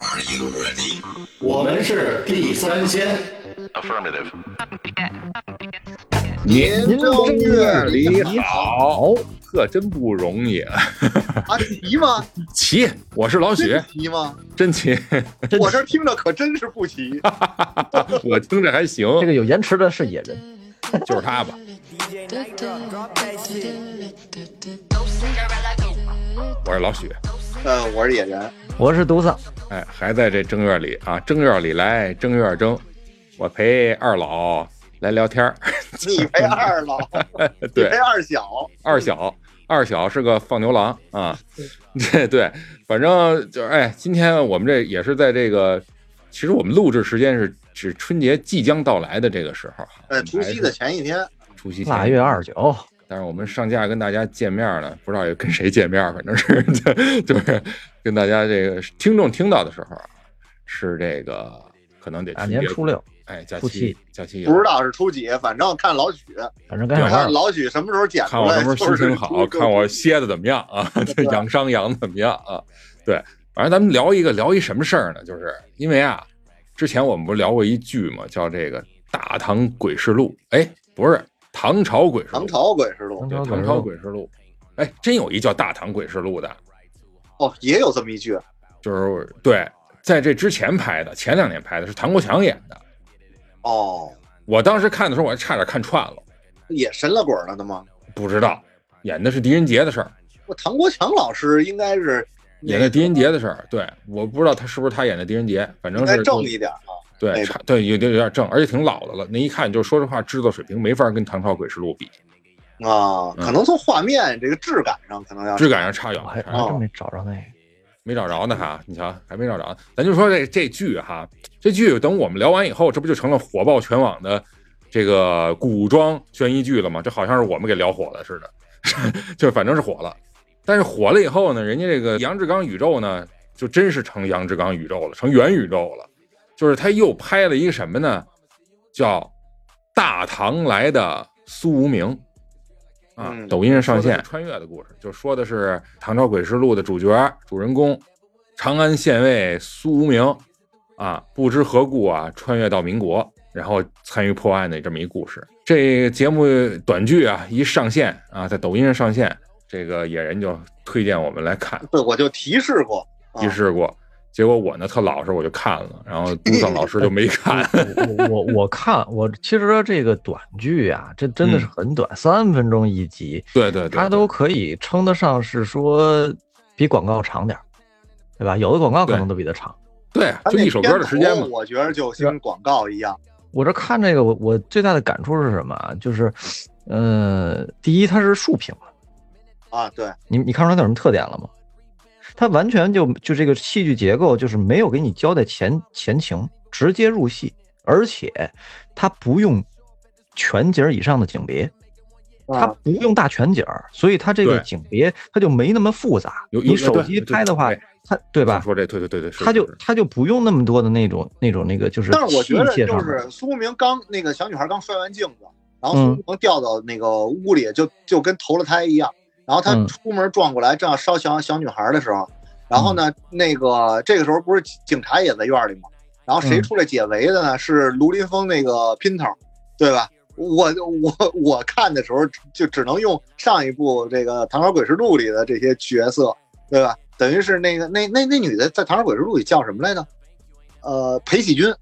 Are you ready? 我们是地三鲜， Affirmative. 您正月里好，这真不容易，啊，急吗？齐，我是老许真，急吗？ 真齐，真我这听着可真是 不急。我听着还行，这个有延迟的是野人，就是他吧。我是老许，呃，我是野人，我是独丧，哎，还在这正月里啊，正月里来，正月争，我陪二老来聊天儿。你陪二老，你 对陪，二小，二小，二小是个放牛郎啊，这 对，反正就是哎，今天我们这也是在这个，其实我们录制时间是指春节即将到来的这个时候，呃，除夕的前一天，除夕前腊月二十九，但是我们上架跟大家见面呢，不知道也跟谁见面，反正是 就就是跟大家这个听众听到的时候啊，是这个可能得大春年节初六，哎假初期七假期也不知道是初几，反正看老许，反正该上班看了。老许什么时候剪出看我来，什么时候心情就 好，是初看我歇的怎么样 啊，这养伤养得怎么样啊？对，反正咱们聊一个聊一什么事儿呢？就是因为啊，之前我们不是聊过一剧嘛，叫这个《大唐诡事录》，哎，不是《唐朝诡事录唐》，朝鬼是录唐对，《朝唐朝诡事录》，哎，真有一叫《大唐诡事录》的。哦，也有这么一句，就是对，在这之前拍的，前两年拍的是唐国强演的。哦，我当时看的时候，我还差点看串了，也神了鬼了的吗？不知道演的是狄仁杰的事儿，我唐国强老师应该是演的狄仁杰的事儿。对，我不知道他是不是他演的狄仁杰，反应正该是正一点啊，那对，个差对有点有点正，而且挺老的了。那一看就说实话，制作水平没法跟《唐朝诡事录》比，啊，可能从画面这个质感上可能嗯要质感上差远我了哎还，差远我了还真没找着那个，没找着呢哈。你瞧，还没找着。咱就说这这剧哈，这剧等我们聊完以后，这不就成了火爆全网的这个古装悬疑剧了吗？这好像是我们给聊火了似的。 就反正是火了。但是火了以后呢，人家这个杨志刚宇宙呢，就真是成杨志刚宇宙了，成元宇宙了。就是他又拍了一个什么呢？叫《大唐来的苏无名》啊，嗯抖音上上线。穿越的故事，就说的是唐朝诡事录的主角主人公长安县尉苏无名啊，不知何故啊，穿越到民国，然后参与破案的这么一故事。这节目短剧啊，一上线啊，在抖音上上线，这个野人就推荐我们来看，对，我就提示过，啊一试过。结果我呢特老实，我就看了，然后杜尚老师就没 看。我我我看我其实这个短剧啊，这真的是很短，三分钟一集，对嗯对对，它都可以称得上是说比广告长点儿，对吧？有的广告可能都比它长。对啊，他就那一首歌的时间片嘛头。我觉得就跟广告一样，我这看这个，我我最大的感触是什么啊？就是，呃，第一它是竖屏的，啊，对，你你看出来它有什么特点了吗？它完全就就这个戏剧结构就是没有给你交代前前情，直接入戏，而且它不用全景以上的景别，它啊，不用大全景儿，所以它这个对景别它就没那么复杂。有你手机拍的话，它对对吧？说这对对对对，是它就是是它就不用那么多的那种那种那个就是但是我觉得器械就上是的苏明刚那个小女孩刚摔完镜子，然后嗯苏明掉到那个屋里就就跟投了胎一样，然后他嗯出门撞过来，正要烧小小女孩的时候，然后呢，嗯那个这个时候不是警察也在院里吗？然后谁嗯出来解围的呢？是卢林峰那个姘头，对吧？我我我看的时候就只能用上一部这个《唐朝诡事录》里的这些角色，对吧？等于是那个那那那女的在《唐朝诡事录》里叫什么来着？呃，裴喜君，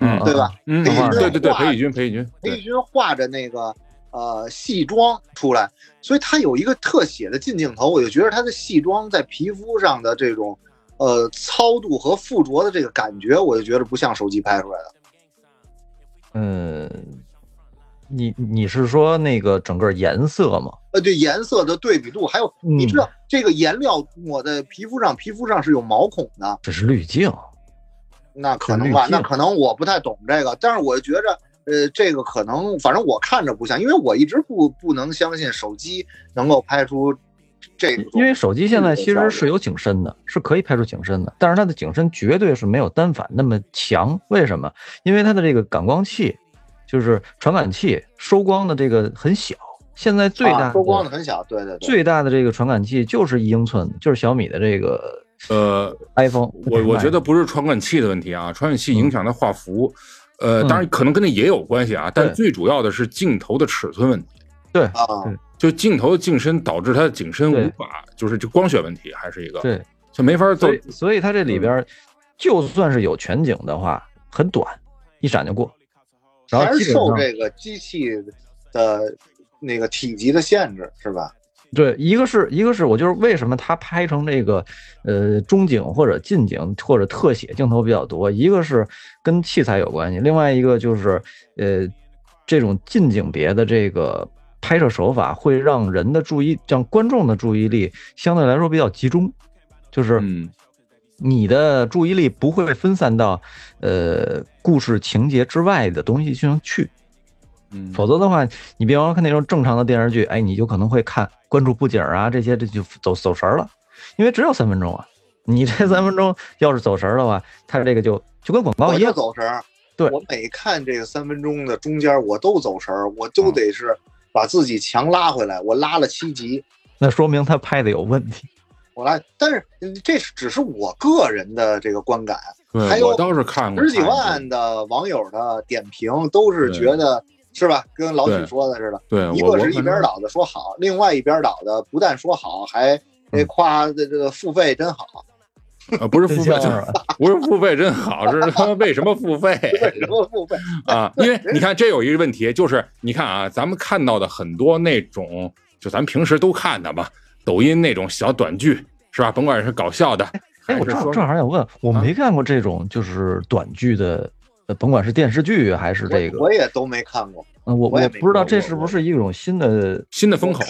嗯对吧？嗯，裴宇君对对对，画裴宇君，裴宇君，裴对宇君画着那个呃戏装出来，所以他有一个特写的近镜头，我就觉得他的戏装在皮肤上的这种呃糙度和附着的这个感觉，我就觉得不像手机拍出来的。嗯，你你是说那个整个颜色吗？呃，对颜色的对比度，还有嗯你知道这个颜料抹在皮肤上，皮肤上是有毛孔的，只是滤镜，那可能吧很，滤镜那可能我不太懂这个，但是我觉着。呃，这个可能，反正我看着不像，因为我一直不不能相信手机能够拍出这种。因为手机现在其哦这实个是有景深的，是可以拍出景深的，但是它的景深绝对是没有单反那么强。为什么？因为它的这个感光器，就是传感器收光的这个很小。现在最大啊、收光的的很小，对对对，最大的这个传感器就是一英寸，就是小米的这个呃， iPhone，我我觉得不是传感器的问题啊，传感器影响它画幅，呃，嗯当然可能跟这也有关系啊，但对最主要的是镜头的尺寸问题，对啊，就镜头的近身导致它的景深对无法，就是这光学问题还是一个，对，就没法做所以所以它这里边嗯儿就算是有全景的话，很短，一闪就过。然还后是基本受上这个机器的那个体积的限制，是吧？对，一个是一个是我就是为什么它拍成这个呃中景或者近景或者特写镜头比较多，一个是跟器材有关系，另外一个就是呃这种近景别的这个拍摄手法会让人的注意，让观众的注意力相对来说比较集中，就是嗯你的注意力不会分散到呃故事情节之外的东西上去，嗯否则的话，你别光看那种正常的电视剧，哎，你就可能会看关注布景啊这些，这就走走神儿了，因为只有三分钟啊。你这三分钟要是走神儿的话，它这个就就跟广告我一就样，走神儿。哦对我每看这个三分钟的中间，我都走神儿，我嗯就得是把自己强拉回来。我拉了七集，那说明它拍的有问题。我拉，但是嗯这是只是我个人的这个观感，对还有我倒是看嗯过十几看万过的网友的点评都是觉得是吧？跟老许对说的似的，呃对，一我我个是一反边正倒的说好，另外一边倒的不但说好，还还嗯夸这这个付费真好。 啊，不是付费真，像就不是付费真好，是他妈为什么付费？什么付费？啊，因为你看，这有一个问题，就是你看啊，咱们看到的很多那种，就咱们平时都看的嘛，抖音那种小短剧，是吧？甭管是搞笑的， 哎，还我是正好说正好想问，我啊没看过这种就是短剧的，呃甭管是电视剧还是这个，我也都没看过。呃我我也我没不知道看这过是不我是一种新的新的风 口，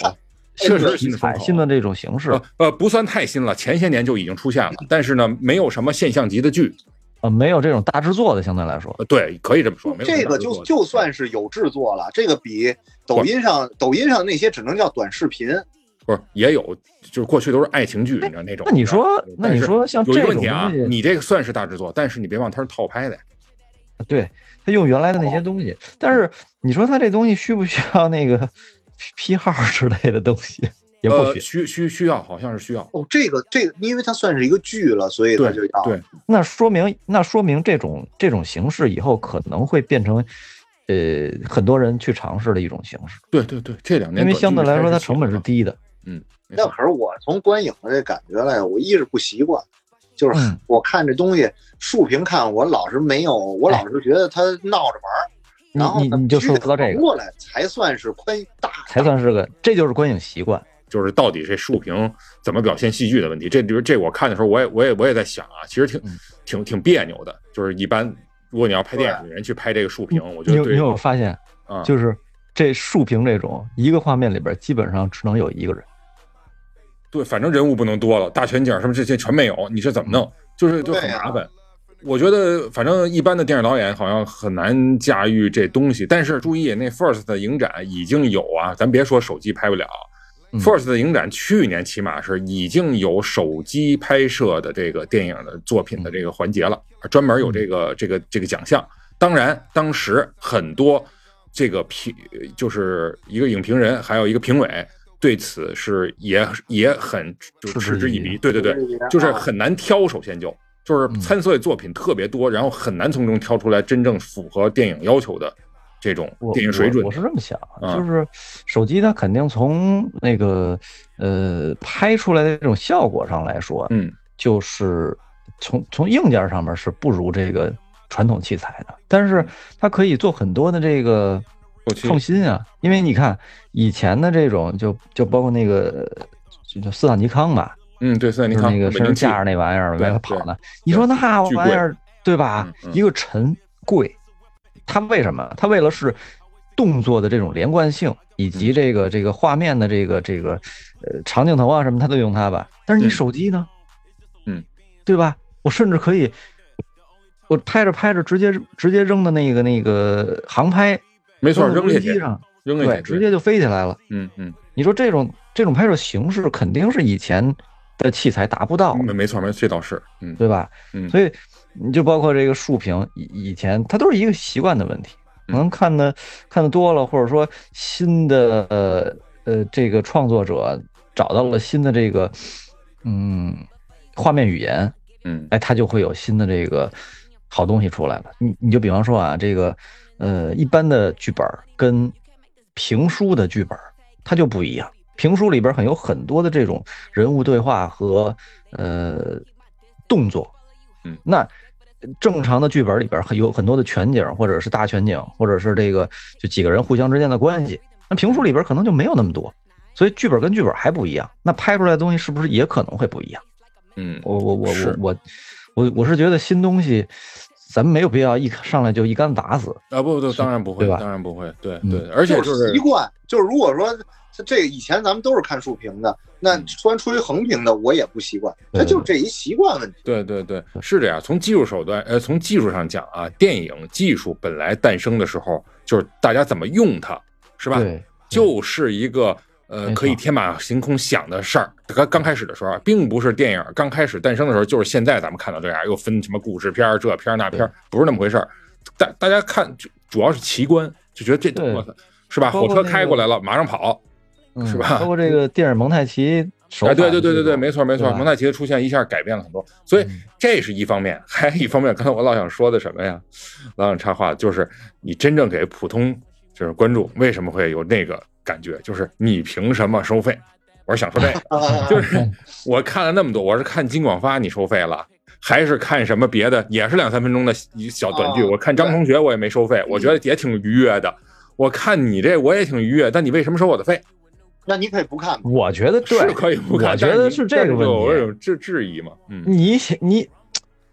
确实是新的风彩口，新的这种形式呃呃不算太新了，前些年就已经出现了，但是呢，没有什么现象级的剧，呃，没有这种大制作的，相对来说，呃对，可以这么说，没有这什么个制就作就算是有制作了，这个比抖音上抖音上那些只能叫短视频。不是也有，就是过去都是爱情剧，你知道那种。哎那你说对，那你说像有一这个种问东题西，啊，你这个算是大制作，但是你别忘它是套拍的呀，对他用原来的那些东西，但是你说他这东西需不需要那个批批号之类的东西？也不呃，需。需需需要，好像是需要。哦，这个这个，因为它算是一个剧了，所以它对就要对，那说明那说明这种这种形式以后可能会变成，呃，很多人去尝试的一种形式，对对对，这两年因为短相对剧来开说始它起成本了是低的。没那错可是我从观影的这感觉来，我一是不习惯，就是嗯我看这东西竖屏看，我老是没有，我老是觉得它闹着玩儿。哎你然后你呢你就必须得说不到这横个，过来才算是宽大。才算是个，这就是观影习惯。就是到底这竖屏怎么表现戏剧的问题。这里边这我看的时候，我也我也我也在想啊，其实挺嗯挺挺别扭的。就是一般如果你要拍电影的人去拍这个竖屏，我觉得你有你对有发现，啊，就是这竖屏这种，一个画面里边基本上只能有一个人。对，反正人物不能多了，大全景什么这些全没有，你这怎么嗯弄？就是就很对啊麻烦。我觉得，反正一般的电影导演好像很难驾驭这东西。但是注意，那 First 的影展已经有啊，咱别说手机拍不了、嗯 f i r s t 的影展去年起码是已经有手机拍摄的这个电影的作品嗯的这个环节了，专门有这个这个这个奖项。当然，当时很多这个评就是一个影评人，还有一个评委对此是也也很就是嗤之嗤之以以鼻鼻，啊对对对，就是很难挑，首先就就是嗯参赛作品特别多，然后很难从中挑出来真正符合电影要求的这种我电影水准我。我是这么想，啊就是手机它肯定从那个呃拍出来的这种效果上来说，嗯，就是从从硬件上面是不如这个传统器材的，但是它可以做很多的这个后期创新啊，因为你看以前的这种就就包括那个就就斯坦尼康吧，嗯，对，斯坦尼就是康那个身上稳定器架着那玩意儿对往外对跑呢。你说那巨贵玩意儿对吧嗯？嗯一个沉贵，它为什么？它为了是动作的这种连贯性，以嗯及这个这个画面的这个这个呃长镜头啊什么，它都用它吧。但是你嗯手机呢？嗯，对吧？我甚至可以。我拍着拍着，直接直接扔到那个那个航拍，没没错，扔下飞去机，上，扔下对，去，直接就飞起来了。嗯嗯，你说这种这种拍摄形式，肯定是以前的器材达不到的没没错没错，这倒是，嗯对吧？嗯所以你就包括这个竖屏，以以前它都是一个习惯的问题，嗯可能看的看的多了，或者说新的呃呃这个创作者找到了新的这个嗯画面语言，嗯哎，它就会有新的这个好东西出来了。你你就比方说啊，这个呃一般的剧本儿跟评书的剧本儿它就不一样。评书里边儿很有很多的这种人物对话和呃动作，嗯，那正常的剧本里边儿很有很多的全景或者是大全景，或者是这个就几个人互相之间的关系。那评书里边儿可能就没有那么多，所以剧本跟剧本还不一样。那拍出来的东西是不是也可能会不一样？嗯，我我我是我我我我是觉得新东西，咱们没有必要一上来就一竿子打死。啊不不，当然不会，对吧当然不会，对嗯对，而且就就是是习惯，就是如果说这以前咱们都是看竖屏的，那嗯突然出一横屏的，我也不习惯，对它就是这一习惯问题。对对对，是这样。从技术手段，呃，从技术上讲啊，电影技术本来诞生的时候，就是大家怎么用它，是吧？对，就是一个呃没错嗯可以天马行空想的事儿。刚刚开始的时候啊，并不是电影刚开始诞生的时候，就是现在咱们看到这样，又哎分什么故事片儿、这片儿那片儿，不是那么回事儿。大大家看，主主要是奇观，就觉得这对我操，是吧？包火括车那开个过来了，马上跑。嗯是吧包括这个电影蒙太奇手哎，法，对对对对对，没错没对错，吧嗯蒙太奇的出现一下改变了很多，所以这是一方面， 还有一方面，刚才我老想说的什么呀？老想插话，就是你真正给普通就是观众为什么会有那个感觉，就是你凭什么收费？我是想 说这个，啊嗯就是我看了那么多，我是看金广发你收费了，还是看什么别的，也是两三分钟的一小短剧。哦我看张同学我也没收费，我觉得也挺愉悦的。我看你这我也挺愉悦，但你为什么收我的费？那你可以不看嘛，我觉得对，是可以不看，我觉但得你是这个但就问有题。种质质疑嘛，嗯你你，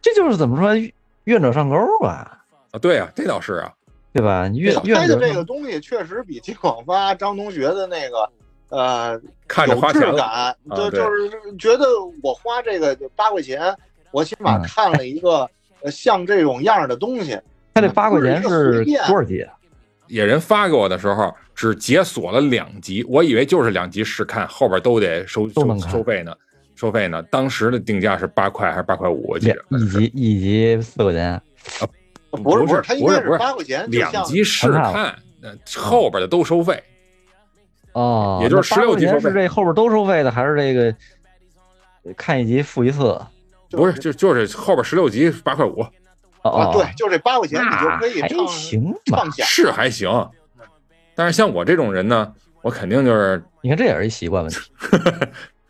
这就是怎么说，愿者上钩吧，啊，对啊，这倒是啊，对吧？愿他愿拍的者这上个东西确实比金广发、张同学的那个，呃，看着有花质钱了，啊感，就对就是觉得我花这个八块钱，我起码嗯看了一个呃像这种样儿的东西。他这八块钱是随便多少集啊？野人发给我的时候只解锁了两集，我以为就是两集试看，后边都得收都能收看收费呢，收费呢。当时的定价是八块还是八块五？我记两得一集一集四块钱，不是不是，它应不该是不是八块钱，就两像集试全看，呃后边的都收费。嗯哦，也就是那八16块集钱收费是这后边都收费的，还是这个呃看一集付一次？就不是，就就是后边十六集八块五，哦哦啊，，对，就这八块钱你就那可以还畅行吧畅。想。是还行，但是像我这种人呢，我肯定就是，你看这也是一习惯问题，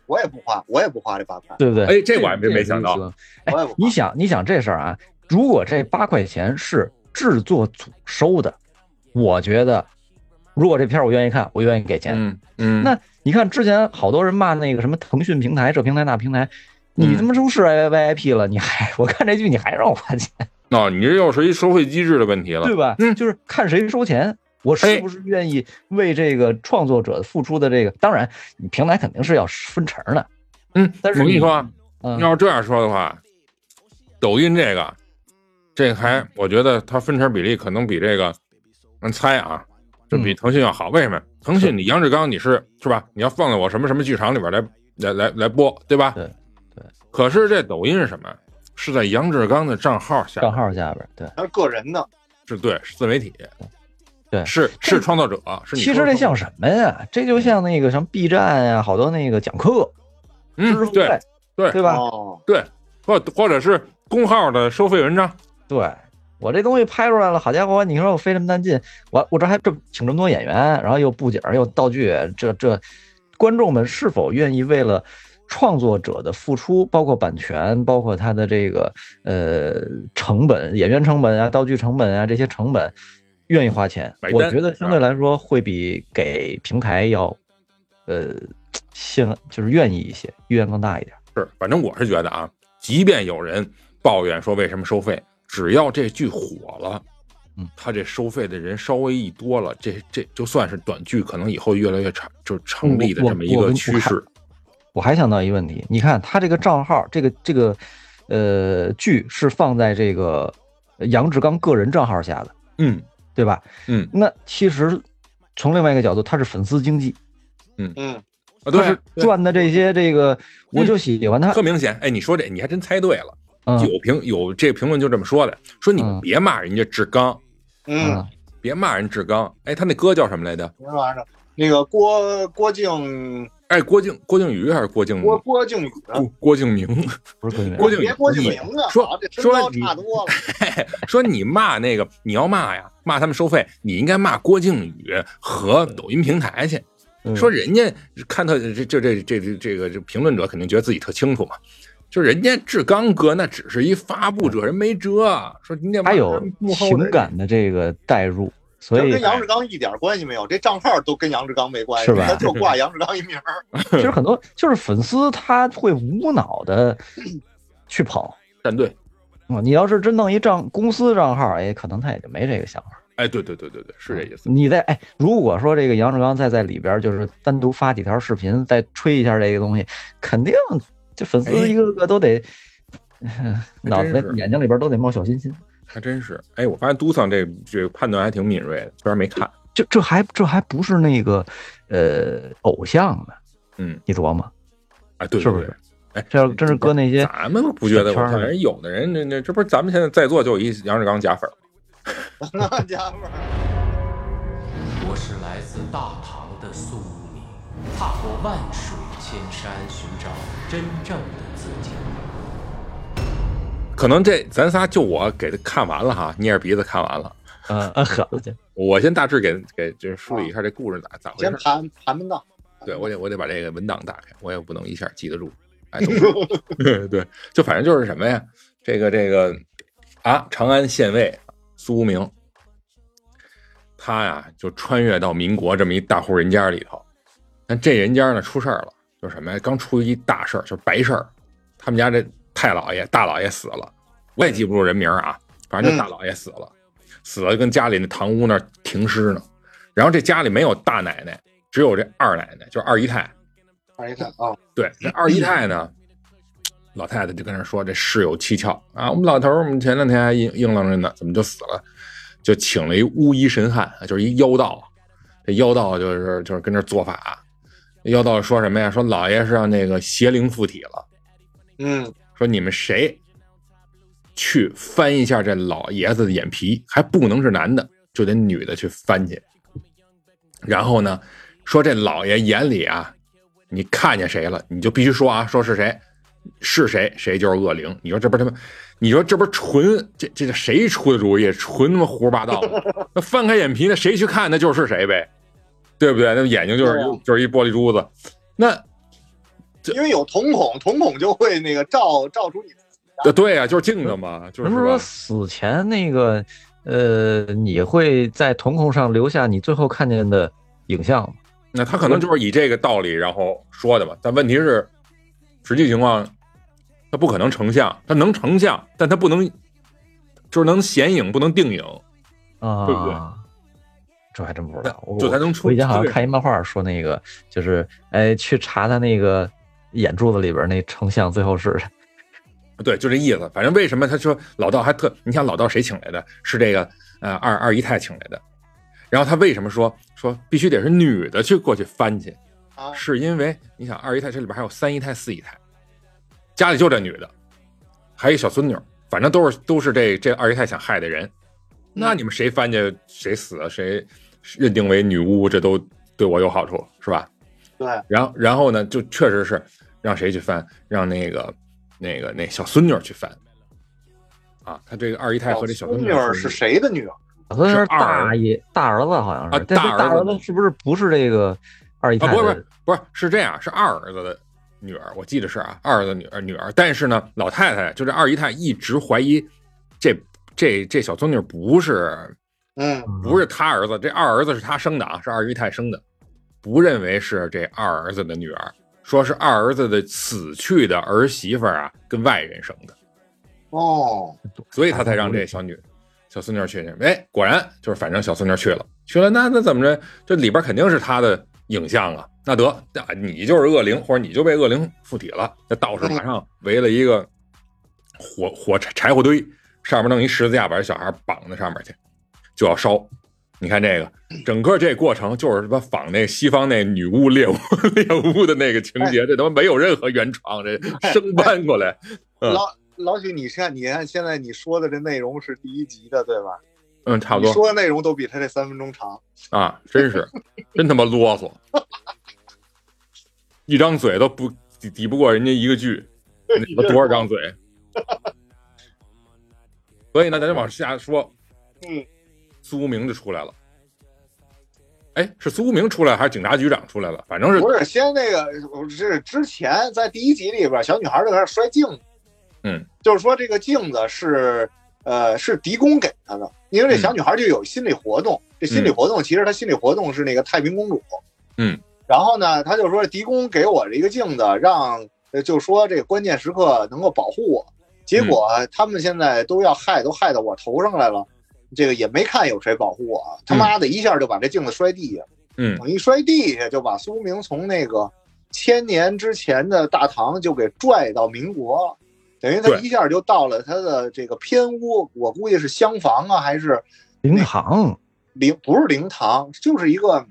我也不花，我也不花这八块，对不对？哎，这我还没也没是想一习到，惯。哎我也不花。你想，你想这事儿啊，如果这八块钱是制作组收的，我觉得，如果这片儿我愿意看，我愿意给钱。嗯嗯，那你看之前好多人骂那个什么腾讯平台这平台那平台，你嗯他妈都是 VIP 了，你还我看这剧你还让我花钱，哦，你这又是一收费机制的问题了，对吧？嗯哎就是看谁收钱，我是不是愿意为这个创作者付出的这个？当然，你平台肯定是要分成的。嗯，但是我跟你说啊，嗯，要是这样说的话，抖音这个，这个嗯还我觉得它分成比例可能比这个，咱猜啊，这比嗯腾讯要好。为什么？腾是讯你杨志刚你是是吧？你要放在我什么什么剧场里边来来来来播，对吧？对对。可是这抖音是什么？是在杨志刚的账号下，账号下边儿对。他是个人的，是对是自媒体，对是是创作者，是你其说实的这像什么呀？这就像那个什么 B 站呀、好多那个讲课、知识嗯付对费，对对吧？哦，或或者是公号的收费文章，对我这东西拍出来了，好家伙，你说我费这么大劲，我我这还这么请这么多演员，然后又布景儿又道具，这这观众们是否愿意为了？创作者的付出，包括版权，包括他的这个呃成本、演员成本啊、道具成本啊这些成本，愿意花钱买，我单觉得相对来说会比给平台要呃性就是愿意一些，意愿更大一点。是，反正我是觉得啊，即便有人抱怨说为什么收费，只要这剧火了，嗯，他这收费的人稍微一多了，这这就算是短剧可能以后越来越长，就是成立的我这么我一我个跟趋我还势。我还想到一个问题，你看他这个账号，这个这个呃剧是放在这个杨志刚个人账号下的，嗯对吧？嗯那其实从另外一个角度，他是粉丝经济，嗯，啊，他对是，对赚的这些这个，我就喜欢他，特明显。哎，你说这你还真猜对了。嗯有评有这评论就这么说的，说你们嗯别骂人家志刚，嗯，嗯，别骂人志刚。哎，他那歌叫什么来着？什么玩意儿？那个郭郭靖哎，郭靖郭靖宇还是郭靖郭郭靖宇啊郭郭靖明不是嗯郭郭靖靖宇别郭靖你明啊，说啊这身说高你差多了。 说你骂那个你要骂呀，骂他们收费，你应该骂郭靖宇和抖音平台去。宇说人家看他这这这这这这个这评论者肯定觉得自己特清楚嘛，就人家志刚哥那只是一发布者，人没辙啊。说人家他有幕后的情感的这个代入，所这以跟杨志刚一点关系没有，这账号都跟杨志刚没关系，是吧他就挂杨志刚一名儿。 其实很多就是粉丝他会无脑的去捧战队。啊、你要是真弄一账公司账号，哎，可能他也就没这个想法。哎，对对对对对，是这意思。你在哎，如果说这个杨志刚再在里边儿就是单独发几条视频，再吹一下这个东西，肯定这粉丝一个个都得、 脑子哎真是眼睛里边都得冒小心心。还真是。哎，我发现都桑这这个判断还挺敏锐的，虽然没看。这这还这还不是那个呃偶像呢，嗯，你琢磨，哎，对是对不对，是？哎，这要真是搁那些咱们不觉得，我小圈儿看的人有的人，那那这不是咱们现在在座就有一杨志刚假粉儿，那家伙儿，我是来自大唐的苏无名，踏过万水千山，寻找真正的自己。可能这咱仨就我给他看完了哈，捏着鼻子看完了。呃呃呵，我先大致给给这梳理一下这故事咋咋回先事儿。盘盘盘道。对我得我得把这个文档打开，我也不能一下记得住。哎，都是 对，就反正就是什么呀，这个这个啊，长安县尉苏无名，他呀就穿越到民国这么一大户人家里头，但这人家呢出事儿了，就是什么呀，刚出一大事儿，就是白事儿，他们家这太老爷大老爷死了，我也记不住人名儿啊，反正就大老爷死了，死了就跟家里那堂屋那儿停尸呢，然后这家里没有大奶奶，只有这二奶奶，就是二姨太。二一看啊，对，这二姨太呢，老太太就跟那说这事有蹊跷啊，我们老头儿我们前两天还硬硬愣着呢，怎么就死了？就请了一巫医神汉，就是一妖道，啊这妖道就是就是跟这儿做法。啊妖道说什么呀？说老爷是让那个邪灵附体了，嗯，说你们谁去翻一下这老爷子的眼皮，还不能是男的，就得女的去翻去。然后呢，说这老爷眼里啊，你看见谁了，你就必须说啊，说是谁，是谁，谁就是恶灵。你说这不是他妈，你说这不是纯这这这谁出的主意？纯他妈胡说八道吗。 那翻开眼皮，那谁去看，那就是谁呗，对不对？那眼睛就是、对啊就是一玻璃珠子，那。因为有瞳孔，瞳孔就会那个照照出你的。呃对啊，就是镜子嘛，就是人不吧是说死前那个呃，你会在瞳孔上留下你最后看见的影像吗？那他可能就是以这个道理然后说的嘛。但问题是，实际情况他不可能成像，他能成像，但他不能就是能显影，不能定影，啊，对不对这还真不知道，我就才能出。我以前好像对看一漫画说那个，就是哎去查他那个眼珠子里边那成像最后是对，就这意思。反正为什么他说老道还特，你想老道谁请来的？是这个呃二二姨太请来的。然后他为什么说说必须得是女的去过去翻去？啊是因为你想二姨太这里边还有三姨太、四姨太，家里就这女的，还有一小孙女儿，反正都是都是这这二姨太想害的人。那你们谁翻去谁死谁认定为女巫，这都对我有好处是吧？对，然后然后呢，就确实是让谁去翻，让那个那个那小孙女儿去翻。啊，他这个二姨太和这小孙孙女女儿儿是谁的女儿？好像是是二大爷大儿子好像是，啊但是大大儿儿子子是不是不是这个二姨啊，太不是不的是不是，是这样，是二儿子的女儿，我记得是啊，二儿子女儿女儿。但是呢，老太太就这二姨太一直怀疑这这这小孙女不是嗯，不是他儿子，这二儿子是他生的啊，是二姨太生的，不认为是这二儿子的女儿，说是二儿子的死去的儿媳妇儿啊跟外人生的。哦，所以他才让这小女小孙女儿去那儿。哎，果然就是，反正小孙女儿去了，去了那那怎么着？这里边肯定是他的影像啊。那得，那你就是恶灵，或者你就被恶灵附体了。那道士马上围了一个火火柴柴火堆，上面弄一十字架，把这小孩绑在上面去，就要烧。你看这个，整个这过程就是他妈仿那西方那女巫猎巫 猎巫的那个情节，这他妈没有任何原创，这生搬过来。嗯老老许，你看，你看现在你说的这内容是第一集的，对吧？嗯，差不你多。说的内容都比他这三分钟长。啊，真是，真他妈啰嗦。一张嘴都不抵抵不过人家一个剧，你他妈多少张嘴？所以呢，咱就往下说，嗯，苏无名就出来了。哎，是苏无名出来还是警察局长出来了？反正是不是先那个，我是之前在第一集里边，小女孩在那儿摔镜子，嗯，就是说这个镜子是呃是狄公给她的，因为这嗯小女孩就有心理活动，这心理活动其实她心理活动是那个太平公主，嗯，然后呢，她就说狄公给我这个镜子，让呃就说这关键时刻能够保护我，结果嗯他们现在都要害，都害到我头上来了。这个也没看有谁保护我，啊他妈的一下就把这镜子摔地下了嗯我一摔地下就把苏明从那个千年之前的大唐就给拽到民国了，等于他对一下就到了他的这个偏屋，我估计是厢房啊，还是灵堂灵不是灵堂，就是一个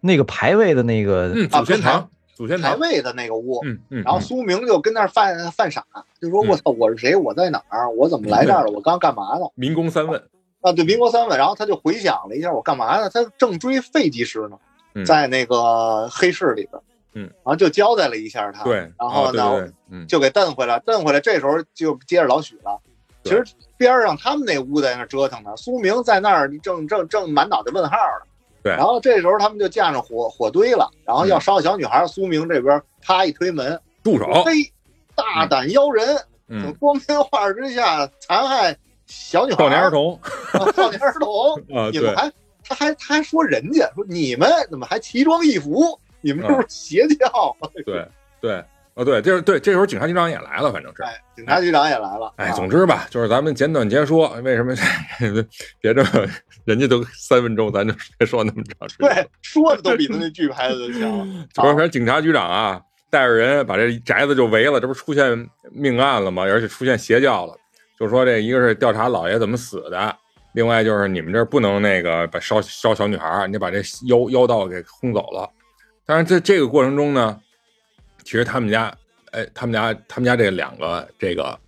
那个牌位的那个，嗯，祖先堂，祖先排堂，位的那个屋。嗯嗯，然后苏明就跟那儿犯犯傻，就说：“嗯我操，我是谁？我在哪儿？我怎么来这儿了？我刚干嘛呢民工三问，？”啊，对，民国三问。然后他就回想了一下，我干嘛呢？他正追费吉师嗯呢，在那个黑市里边。嗯然后就交代了一下他。对，然后呢啊对对对嗯，就给蹬回来，蹬回来，这时候就接着老许了。其对实边儿上他们那屋在那折腾呢，苏明在那儿正正正满脑袋问号呢。对然后这时候他们就架上火火堆了，然后要烧小女孩，苏明这边啪一推门，住手，嘿，大胆妖人，哦嗯，光天化日之下残害小女孩，少年儿童童，少年儿童， 啊，你对们，还他还他还说人家说你们怎么还奇装异服？你嗯们是不是邪教？对对，哦对，这是对，这时候警察局长也来了，反正是。哎，警察局长也来了。哎，啊总之吧，就是咱们简短截说，为什么 别这么，人家都三分钟，咱就别说那么长时间。对，说的都比他那剧拍的都强。就是反正警察局长啊，带着人把这宅子就围了，这不是出现命案了吗？而且出现邪教了，就说这一个是调查老爷怎么死的，另外就是你们这儿不能那个把烧烧小女孩儿，你得把这妖妖道给轰走了。但是在这个过程中呢，其实他们家，哎，他们家他们家这两个这个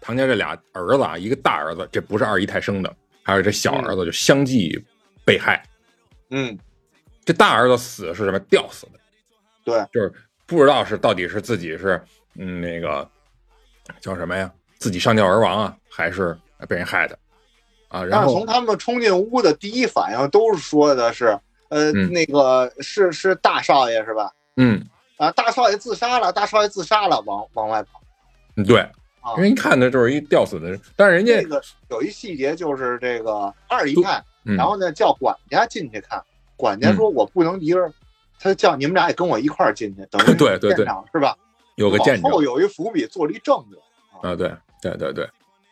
唐家这俩儿子啊，一个大儿子，这不是二姨太生的，还有这小儿子就相继被害。嗯，这大儿子死是什么？吊死的。对，就是不知道是到底是自己是嗯那个叫什么呀，自己上吊而亡啊，还是被人害的啊？然但是后从他们冲进屋的第一反应都是说的是，呃，嗯那个是是大少爷是吧？嗯，啊，大少爷自杀了，大少爷自杀了，往往外跑。对啊，人一看呢就是一吊死的人，但是人这家个有一细节就是这个二姨太，嗯然后呢叫管家进去看，管家说我不能一个人，他就叫你们俩也跟我一块儿进去，等 于对对对现场是吧？有个见证往后有一伏笔做了一证据。啊，对对对对，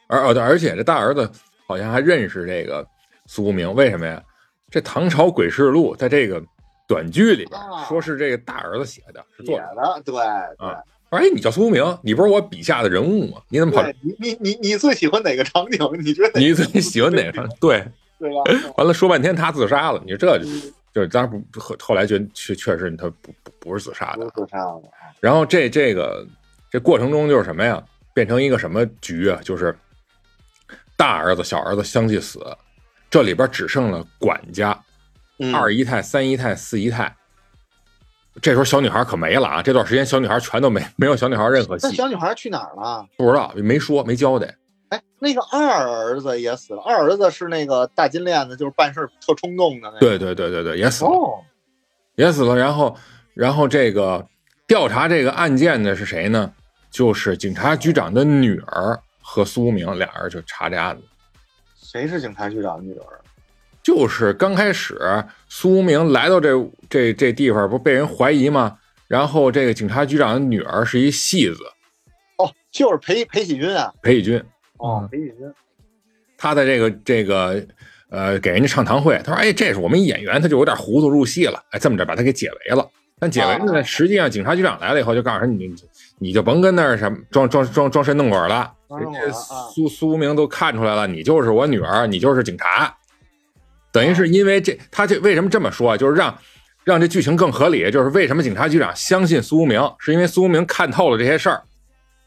而哦对，而且这大儿子好像还认识这个苏无名，为什么呀？这《唐朝诡事录》在这个短剧里边啊说是这个大儿子写的，是写作者的对对说哎，你叫苏无名，你不是我笔下的人物吗？你怎么跑对，你你你你最喜欢哪个场景？你觉得 哪你个最喜欢哪个？ 对， 对啊吧？完了说半天他自杀了，你这就嗯就是当然不后后来觉得确确实他不不不是自杀不的是。自杀了，然后这这个这过程中就是什么呀？变成一个什么局啊？就是大儿子、小儿子相继死，这里边只剩了管家、嗯二姨太、三姨太、四姨太。这时候小女孩可没了啊！这段时间小女孩全都没没有小女孩任何那戏，小女孩去哪儿了？不知道没说没交代。哎，那个二儿子也死了，二儿子是那个大金链子，就是办事儿特冲动的那个。对对对对对，也死了。哦，也死了。然后，然后这个调查这个案件的是谁呢？就是警察局长的女儿和苏无名俩人就查这案子。谁是警察局长的女儿？就是刚开始苏无名来到这这这地方，不被人怀疑吗？然后这个警察局长的女儿是一戏子哦，就是裴裴喜军啊。裴宇军，哦，裴喜军。他在这个这个呃给人家唱堂会，他说：“哎，这是我们一演员，他就有点糊涂入戏了。”哎，这么着把他给解围了。但解围了呢，啊实际上警察局长来了以后就告诉他：“你你你就甭跟那儿什么装装装装神弄鬼了，装人神弄家鬼了啊苏苏无名都看出来了，你就是我女儿，你就是警察。”等于是因为这，他这为什么这么说啊？就是让让这剧情更合理，就是为什么警察局长相信苏无名，是因为苏无名看透了这些事儿，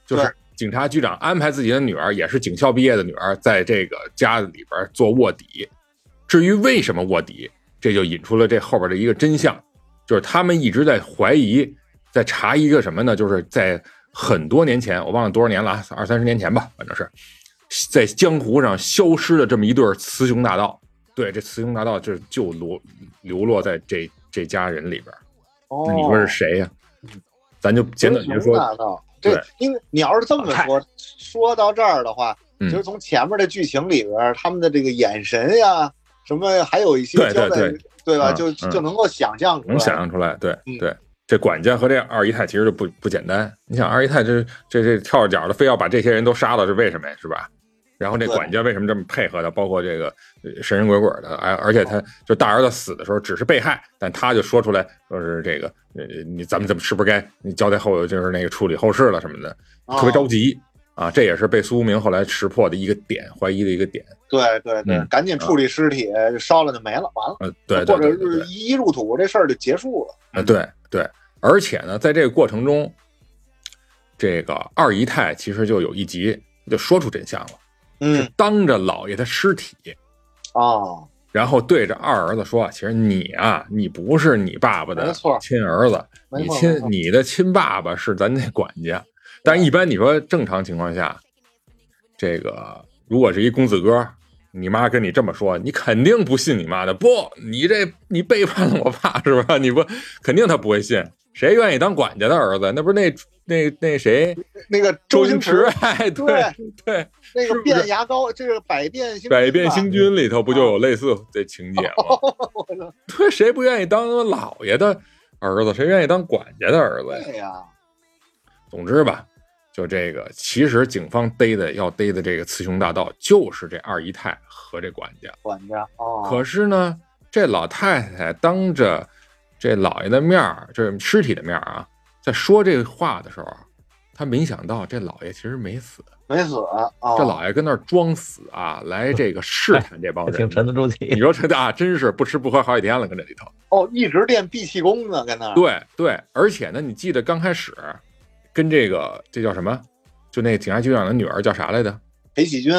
就是对警察局长安排自己的女儿，也是警校毕业的女儿，在这个家里边做卧底。至于为什么卧底，这就引出了这后边的一个真相，就是他们一直在怀疑，在查一个什么呢？就是在很多年前，我忘了多少年了啊，二三十年前吧，反正是在江湖上消失的这么一对儿雌雄大盗。对，这雌雄大盗就就流流落在这这家人里边儿。哦，那你说是谁呀、咱就简短就就说，对对，哦因为你要是这么说，说到这儿的话，嗯其实从前面的剧情里边儿，他们的这个眼神呀，什么，还有一些对对交代对，对吧？嗯就嗯就能够想象出能想来。象出来，对、嗯对，这管家和这二姨太其实就不不简单。你想二姨太这这这跳着脚的，非要把这些人都杀了，是为什么呀？是吧？然后这对管家为什么这么配合他？包括这个呃神神鬼鬼的，而而且他就大儿子死的时候只是被害，但他就说出来，说是这个呃你咱们怎么是不是该你交代后就是那个处理后事了什么的，哦特别着急啊！这也是被苏无名后来识破的一个点，怀疑的一个点。对对对，嗯赶紧处理尸体，烧了就没了，完了，呃，对对或者对对对是一入土这事儿就结束啊，了。对对，而且呢，在这个过程中，这个二姨太其实就有一集就说出真相了，嗯是当着老爷的尸体，啊，然后对着二儿子说：“其实你啊，你不是你爸爸没的错亲儿子，没你错亲没错你的亲爸爸是咱那管家。但是，一般你说正常情况下，这个如果是一公子哥，你妈跟你这么说，你肯定不信你妈的。不，你这你背叛了我爸是吧？你不肯定他不会信。谁愿意当管家的儿子？那不是那那那谁那个周星星驰？哎，对对对，那是个不是变牙膏，这个百变星百变星君君里头不啊就有类似的情节吗？哦对，谁不愿意当老爷的儿子？谁愿意当管家的儿子吧，呀？对呀，总之吧，就这个，其实警方逮的要逮的这个雌雄大盗就是这二姨太和这管家。管家啊，可是呢，这老太太当着这老爷的面儿，这尸体的面儿啊，在说这话的时候，啊她没想到这老爷其实没死，没死啊，这老爷跟那儿装死啊，来这个试探这帮人。哎挺沉得住你气。说这啊，真是不吃不喝好几天了，跟这里头。哦，一直练闭气功呢，跟那儿对对，而且呢，你记得刚开始跟这个这叫什么？就那警察局长的女儿叫啥来着？裴喜军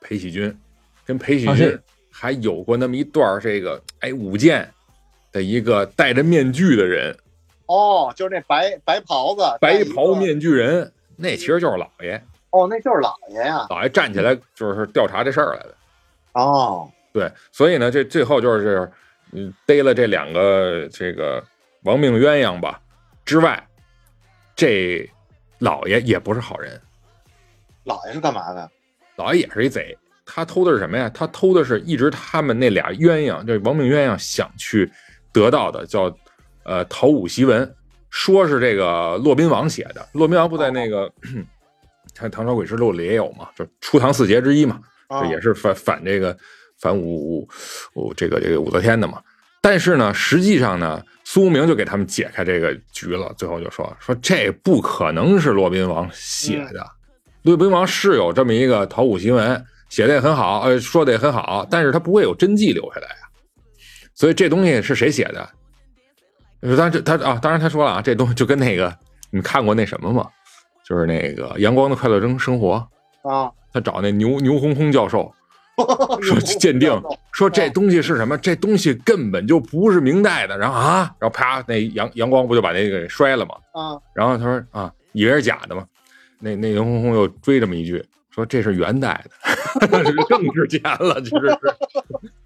裴喜军，跟裴喜啊军是还有过那么一段儿这个哎舞剑的一个戴着面具的人，哦，就是那白白袍子，白戴一袍个面具人，那其实就是老爷，哦，那就是老爷呀、老爷站起来就是调查这事儿来的。哦，对，所以呢，这最后就是，嗯，逮了这两个这个亡命鸳鸯吧之外，这老爷也不是好人，老爷是干嘛的？老爷也是一贼。他偷的是什么呀？他偷的是一直他们那俩鸳鸯，这亡命鸳鸯想去得到的，叫呃讨武檄文，说是这个骆宾王写的。骆宾王不在那 个《唐唐朝诡事录》里也有嘛，就初唐四杰之一嘛。啊、这也是反反这个反武武武这个这个武则天的嘛。但是呢，实际上呢，苏无名就给他们解开这个局了，最后就说说这不可能是骆宾王写的，骆宾王是有这么一个讨武檄文，写的也很好，呃，说的也很好，但是他不会有真迹留下来啊。所以这东西是谁写的？就是当然这他啊，当然他说了啊，这东西就跟那个你们看过那什么吗？就是那个《阳光的快乐生生活》，啊，他找那牛牛红红教授说鉴定，说这东西是什么？这东西根本就不是明代的。然后啊，然后啪，那阳阳光不就把那个给摔了吗？啊，然后他说啊，以为是假的嘛。那那牛红红又追这么一句，说这是元代的， 这是更值钱了，其实是，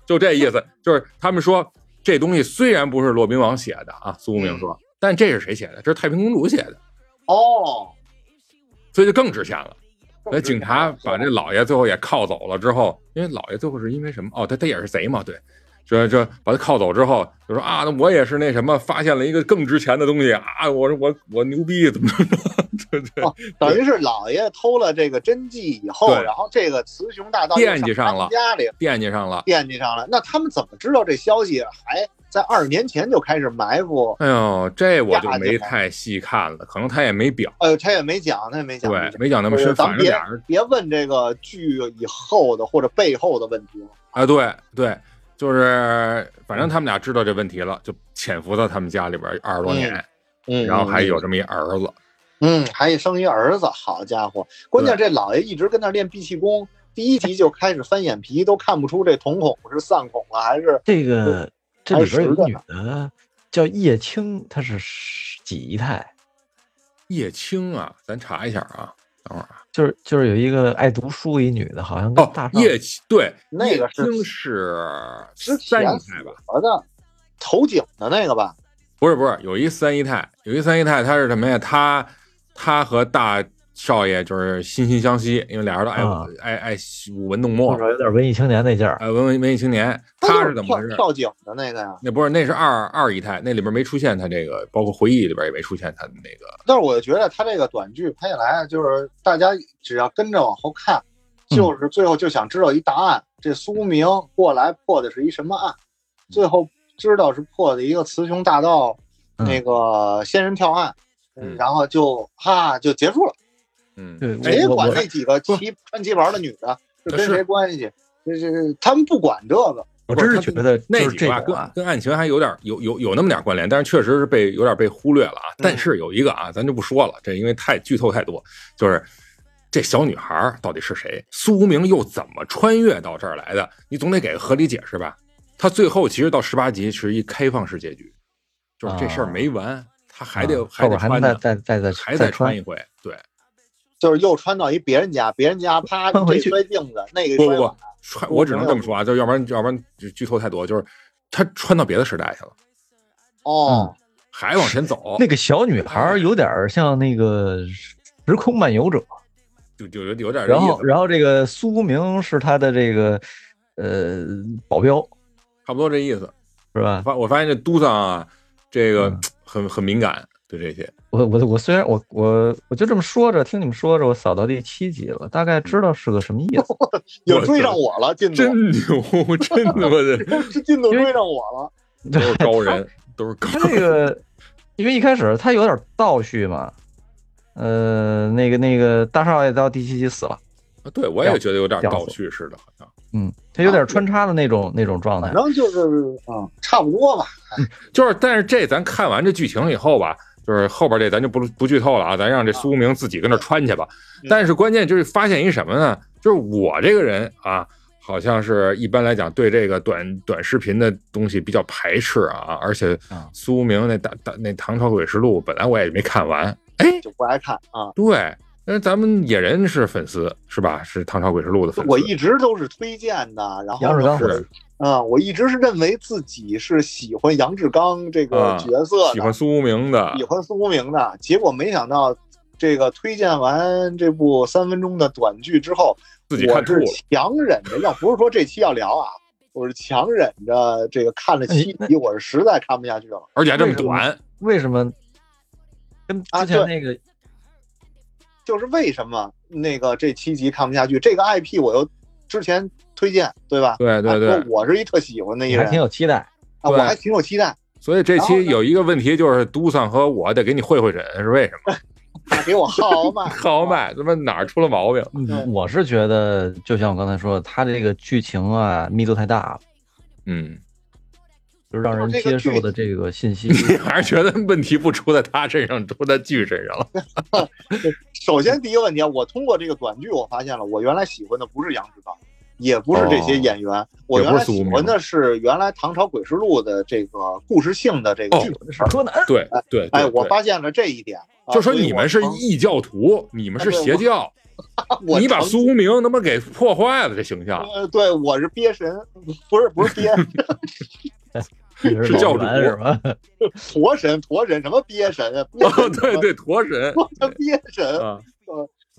就这意思。就是他们说这东西虽然不是骆宾王写的啊，苏无名说，但这是谁写的？这是太平公主写的，哦，所以就更值钱了。那警察把这老老爷最后也铐走了之后，因为老爷最后是因为什么？哦，他他也是贼嘛，对，这这把他铐走之后，就说啊，那我也是那什么，发现了一个更值钱的东西啊，我说我我牛逼，怎么怎么着，对对，等于是老爷偷了这个真迹以后，对然后这个雌雄大盗惦记上了又他们家里惦记上了。惦记上了。那他们怎么知道这消息？还在二十年前就开始埋伏？哎呦，这我就没太细看了，可能他也没表，哎呦，他也没讲，他也没讲。对，没讲那么就是深，咱反们正别俩人别问这个剧以后的或者背后的问题了。啊，对对，就是反正他们俩知道这问题了，就潜伏到他们家里边二十多年，嗯，然后还有这么一儿子，嗯，还有生一儿子，好家伙！关键这老爷一直跟那儿练闭气功，第一集就开始翻眼皮，都看不出这瞳孔是散孔了还是这个这里边有一个女的，叫叶青，他是十几姨太，叶青啊，咱查一下啊，等会儿啊。就是就是有一个爱读书一女的，好像跟大哦，少叶青对，那个叶是青是之三前姨太吧？我的头颈的那个吧？不是不是，有一三姨太，有一三姨太，她是什么呀？她她和大少爷就是惺惺相惜，因为俩人都爱、啊爱爱舞文弄多墨，少有点文艺青年那劲儿。爱文文文艺青年。她是怎么回事跳？跳井的那个呀？那不是，那是二二姨太，那里边没出现她这个，包括回忆里边也没出现她的那个。但是我觉得他这个短剧拍下来，就是大家只要跟着往后看，就是最后就想知道一答案。这苏明过来破的是一什么案？最后知道是破的一个雌雄大盗嗯那个仙人跳案，嗯然后就哈、就结束了，嗯，对，我谁我管我那几个骑穿旗袍的女的是跟是谁关系？这这他们不管这个，我真是觉得那就是几个这吧，个跟啊，跟案情还有点有有有那么点关联，但是确实是被有点被忽略了啊。嗯但是有一个啊，咱就不说了，这因为太剧透太多，就是这小女孩儿到底是谁？苏无名又怎么穿越到这儿来的？你总得给个合理解释吧。他最后其实到十八集是一开放式结局，就是这事儿没完，他还得、啊还哦后得边还穿再呢，再再再还再得穿穿一，回。对，就是又穿到一别人家，别人家啪穿回这去摔镜子，那个不不摔碗不，穿我只能这么说啊，就要不然要不然就剧透太多，就是他穿到别的时代去了，嗯哦，还往前走。那个小女孩儿有点儿像那个时空漫游者，就就有有点这意然思后然后这个苏无名是他的这个呃保镖差不多这意思。是吧？发我发现这都上啊，这个嗯很很敏感对这些。我我我虽然我我我就这么说着，听你们说着，我扫到第七集了，大概知道是个什么意哦思。又追上我了，进度 真牛，真他妈 的进度追上我了。 都是高人，都是高他这人。个，因为一开始他有点倒叙嘛，呃，那个那个大少爷到第七集死了，对我也觉得有点屌丝倒叙似的，好像嗯，他有点穿插的那种那种状态反。正就是嗯，差不多吧。就是。但是这咱看完这剧情以后吧，就是后边这咱就不不剧透了啊，咱让这苏无名自己跟那穿去吧。嗯但是关键就是发现一什么呢？就是我这个人啊。好像是一般来讲对这个短短视频的东西比较排斥啊，而且啊苏无名那大大那《唐朝诡事录》本来我也没看完，哎，就不爱看啊。对，因为咱们野人是粉丝是吧？是《唐朝诡事录》的粉丝。我一直都是推荐的，然后杨志刚是啊、我一直是认为自己是喜欢杨志刚这个啊角色喜的，欢苏无名的喜，欢苏无名的，结果没想到这个推荐完这部三分钟的短剧之后，自己看我吐是了。强忍着，要不是说这期要聊啊，我是强忍着这个看了七哎集，我是实在看不下去了。而且还这么为什么短，为什么跟啊之前对那个就是为什么那个这七集看不下去，这个 IP 我又之前推荐，对吧？对对啊对说，我是一特喜欢的一你还人挺有期待？啊，我对还挺有期待。所以这然后期呢有一个问题就是，都桑和我得给你会会诊，是为什么？啊，给我 号脉，啊豪迈他妈哪儿出了毛病？嗯对我是觉得，就像我刚才说，他这个剧情啊密度太大了，嗯，就是让人这个接剧受的这个 信息你还是觉得问题不出在他身上，出在剧身上了。首先第一个问题啊，我通过这个短剧，我发现了我原来喜欢的不是杨指导，也不是这哦些演员，我原来喜欢的是原来《唐朝诡事录》的这个故事性的这个哦剧本的事儿。柯南。对对，对哎，我对发现了这一点。啊就说所以你我们是从异教徒，你们是啊对邪我教， 我你把从苏无名他妈给破坏了这形象。呃，对，我是憋神，不是不是 憋是是教主是吧？驼神，驼神什么憋 神啊？憋哦，神对对，驼神我 的憋神。啊，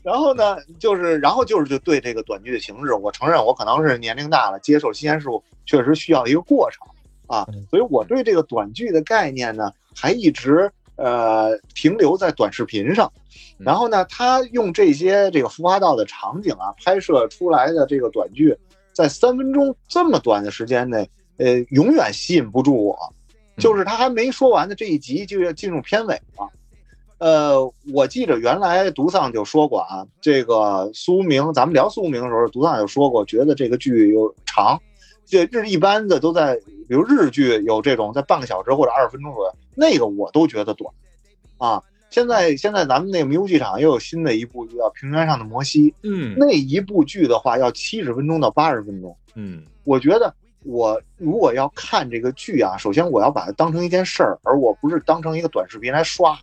然后呢，就是然后就是就对这个短剧的形式，我承认我可能是年龄大了，接受新鲜事物确实需要一个过程啊嗯，所以我对这个短剧的概念呢，还一直呃停留在短视频上。嗯然后呢，他用这些这个浮华道的场景啊，拍摄出来的这个短剧，在三分钟这么短的时间内，呃，永远吸引不住我。就是他还没说完的这一集就要进入片尾了。呃，我记着原来独丧就说过啊，这个苏明，咱们聊苏明的时候，独丧就说过，觉得这个剧有长，这日一般的都在，比如日剧有这种在半个小时或者二十分钟左右，那个我都觉得短啊。现在现在咱们那个迷雾剧场又有新的一部叫《平原上的摩西》，嗯那一部剧的话要七十分钟到八十分钟，嗯，我觉得我如果要看这个剧啊，首先我要把它当成一件事儿，而我不是当成一个短视频来刷。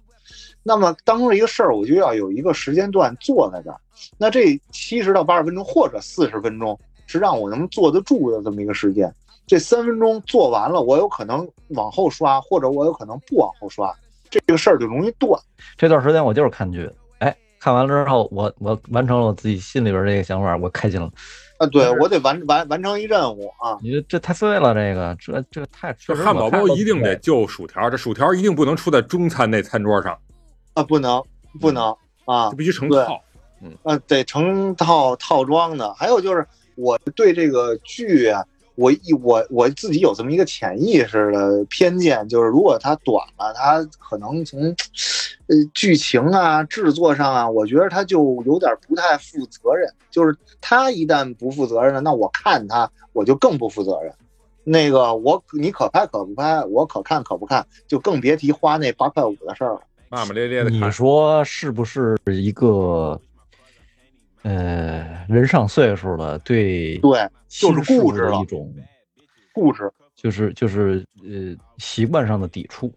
那么当成一个事儿，我就要有一个时间段坐在这儿。那这七十到八十分钟或者四十分钟是让我能坐得住的这么一个时间。这三分钟做完了，我有可能往后刷，或者我有可能不往后刷，这个事儿就容易断。这段时间我就是看剧，哎，看完了之后，我我完成了我自己心里边这个想法，我开心了。啊，对我得完完完成一任务啊。你这这太碎了，这个这这太这确实汉堡我看包都一定不得就薯条，这薯条一定不能出在中餐那餐桌上，啊，不能不能啊这，必须成对套。呃，得成套套装的。还有就是我对这个剧啊，我一我我自己有这么一个潜意识的偏见，就是如果它短了，它可能从呃剧情啊、制作上啊，我觉得它就有点不太负责任。就是它一旦不负责任了，那我看它我就更不负责任。那个我你可拍可不拍，我可看可不看，就更别提花那八块五的事儿了。骂骂咧咧的你看，说是不是一个呃人上岁数了，对对，新就是事固物执的了一种，固执，就是就是呃习惯上的抵触。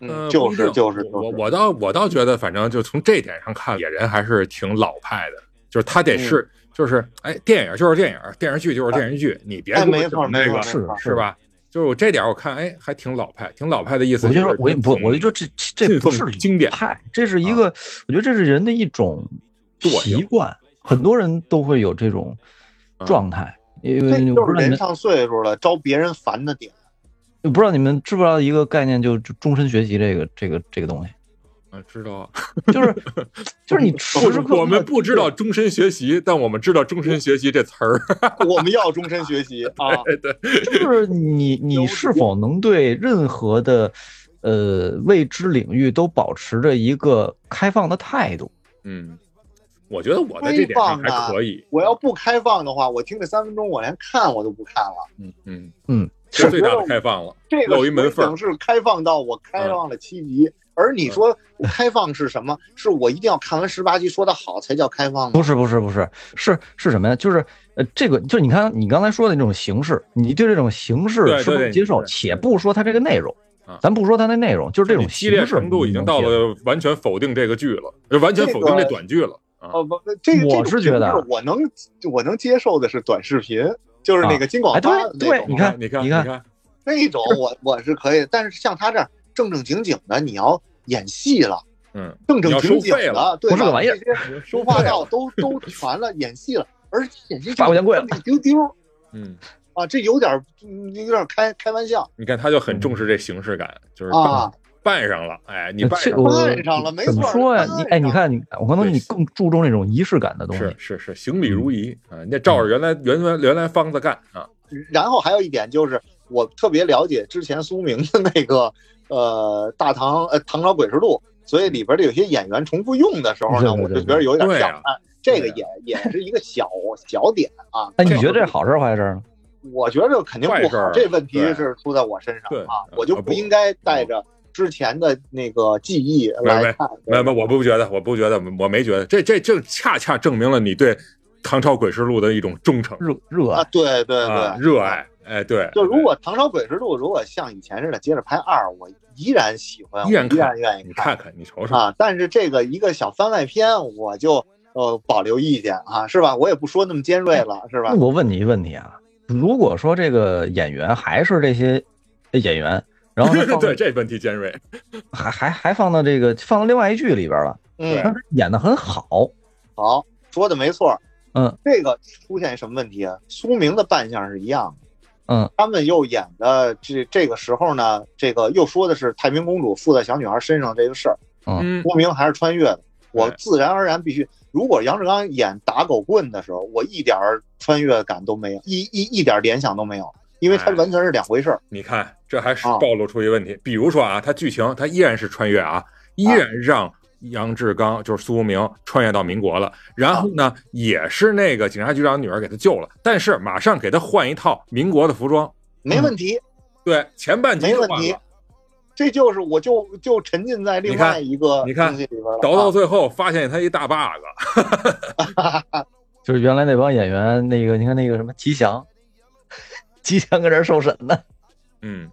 嗯，呃就不一是定就是就是。我我倒我倒觉得，反正就从这点上看，野人还是挺老派的，就是他嗯得是、就是哎，电影就是电影，电视剧就是电视剧，你别哎，给我没整错，那没个错，是没错是吧？就是我这点我看哎，还挺老派，挺老派的意思。我就说是，我也不，挺我就说这这这信不奉是经典啊派，这是一个，我觉得这是人的一种惰性啊习惯，很多人都会有这种状态。因这为我就不是知道你人们，上岁数了，招别人烦的 点。我不知道你们知不知道一个概念，就就终身学习这个这个这个东西，啊，知道啊。就是 就是你时时刻刻我们不知道终身学习，但我们知道终身学习这词儿。 我们要终身学习啊！就是你你是否能对任何的呃未知领域都保持着一个开放的态度？嗯，我觉得我在这点上还可以。我要不开放的话，我听这三分钟，我连看我都不看了。嗯嗯嗯，这是最大的开放了。这个有一门缝儿水平是开放到我嗯开放了七集，而你说开放是什么？是我一定要看完十八集说的好才叫开放吗不？是不是不是是是什么呀？就是呃，这个就是你看你刚才说的那种形式，你对这种形式对是不对能对接受，对且不说它这个内容啊，咱不说它的内容，就是这种激烈形式程度已经到。了完全否定这个剧了，就完全否定这短剧了啊！哦不，这个我是觉得这种形式我能我能接受的是短视频，就是那个金广哎，发对那对，种你看，你看，你你看，看，那种 我我是可以，但是像他这样正正经经的，你要演戏了。嗯，正正经你经要收费了的，对吧？不是个玩意儿这些收文化费道了，都都全了，演戏了，而且演戏八块钱贵了，一丢丢嗯，啊，这有点儿嗯有点儿开开玩笑，你看他就很重视这形式感，嗯就是啊扮上了，哎，你呃扮这上个了，我办上了没怎么错说呀？办你哎，你上看你，我可能对你更注重那种仪式感的东西是。是是，行礼如仪嗯啊！你得照着原来原来原来方子干啊！然后还有一点就是，我特别了解之前苏明的那个 呃《大唐呃唐朝诡事录》，所以里边的有些演员重复用的时候呢，我对对对就觉得有点对像啊。哎这个对也也是一个小小点啊，哎，你觉得这是好事儿坏事儿呢？我觉得肯定坏不事好儿，这问题对是出在我身上对啊啊，我就啊不不应该带着之前的那个记忆来看。没没，我不觉得，我不觉得，我没觉得，这这这恰恰证明了你对唐朝诡事录的一种忠诚热热啊爱，，对对啊，对，热爱，哎，对，就如果《唐朝诡事录》如果像以前似的接着拍二，我依然喜欢，我依依然看然愿意你看看，你瞅瞅，啊。但是这个一个小番外篇，我就呃保留意见啊，是吧？我也不说那么尖锐了，是吧那？我问你一个问题啊，如果说这个演员还是这些呃演员，然后他 放对，这问题尖锐，还还还放到这个放到另外一剧里边了，嗯，但是演的很好，好，说的没错。嗯，这个出现什么问题啊？苏明的扮相是一样的。嗯，他们又演的这这个时候呢，这个又说的是太平公主附在小女孩身上这个事儿，啊 嗯，苏明还是穿越的，我对自然而然必须。如果杨志刚演打狗棍的时候，我一点儿穿越感都没有，一一一点儿联想都没有，因为它哎完全是两回事儿。你看这还是啊暴露出一个问题，比如说啊，它剧情它依然是穿越啊，依然让杨志刚就是苏无名穿越到民国了，然后啊呢，也是那个警察局长女儿给他救了，但是马上给他换一套民国的服装，没问题，对，前半集没嗯就问换题了。。这就是我就就沉浸在另你看外一个你看东西里边了啊。倒到最后发现他一大 bug，就是原来那帮演员那个，你看那个什么吉祥，几千个人受审呢。嗯，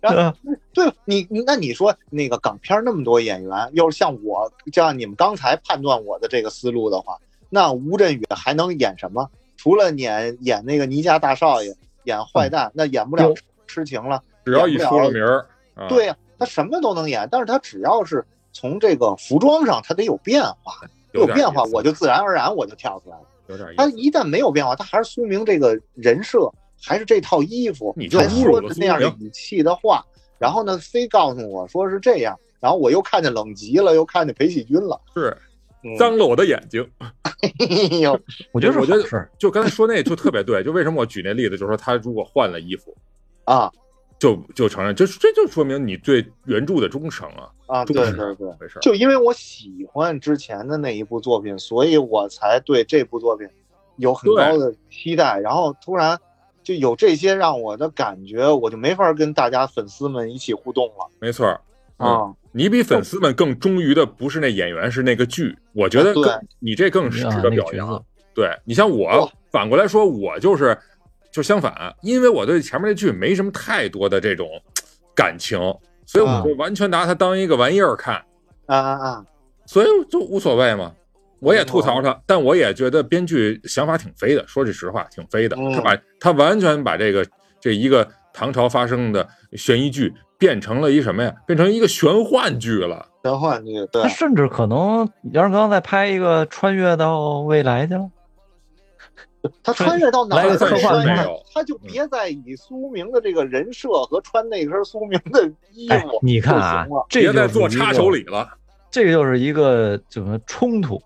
啊对，你你那你说那个港片儿那么多演员，要是像我，就像你们刚才判断我的这个思路的话，那吴镇宇还能演什么？除了演演那个倪家大少爷，演坏蛋，那演不了有痴痴情了。只要一出了名儿，啊对，呀、他什么都能演，但是他只要是从这个服装上，他得有变化，有有点变化意思我就自然而然我就跳出来了。有点意他思。一旦没有变化，他还是苏明这个人设，还是这套衣服，你就还侮辱说了着苏那样明语气的话，然后呢，非告诉我说是这样，然后我又看见冷极了，又看见裴喜军了，是嗯、脏了我的眼睛， 哎呦， 我觉得是我觉得好事儿，就刚才说那就特别对，就为什么我举那例子，就是说他如果换了衣服，啊就就承认，这这就说明你对原著的忠诚啊，啊，忠对实对对，没事儿。就因为我喜欢之前的那一部作品，所以我才对这部作品有很高的期待。然后突然就有这些让我的感觉，我就没法跟大家粉丝们一起互动了没错儿，啊、嗯你比粉丝们更忠于的不是那演员，是那个剧。我觉得啊对更你这更是啊值得那个表角扬。色，对你像我哇，反过来说，我就是就相反，因为我对前面那剧没什么太多的这种感情，所以我啊就完全拿它当一个玩意儿看，啊啊啊！所以就无所谓嘛。我也吐嗯槽他，但我也觉得编剧想法挺飞的。说句实话，挺飞的。嗯他把他完全把这个这一个唐朝发生的悬疑剧变成了一什么呀？变成一个玄幻剧了。玄幻剧对他甚至可能杨刚再拍一个穿越到未来去了。他穿越到哪来儿个再科幻穿片越儿他就别再以苏明的这个人设和穿那身苏明的衣哎服，你看啊就行了，这别就再是做一插个手礼了，这个就是一个怎么冲突？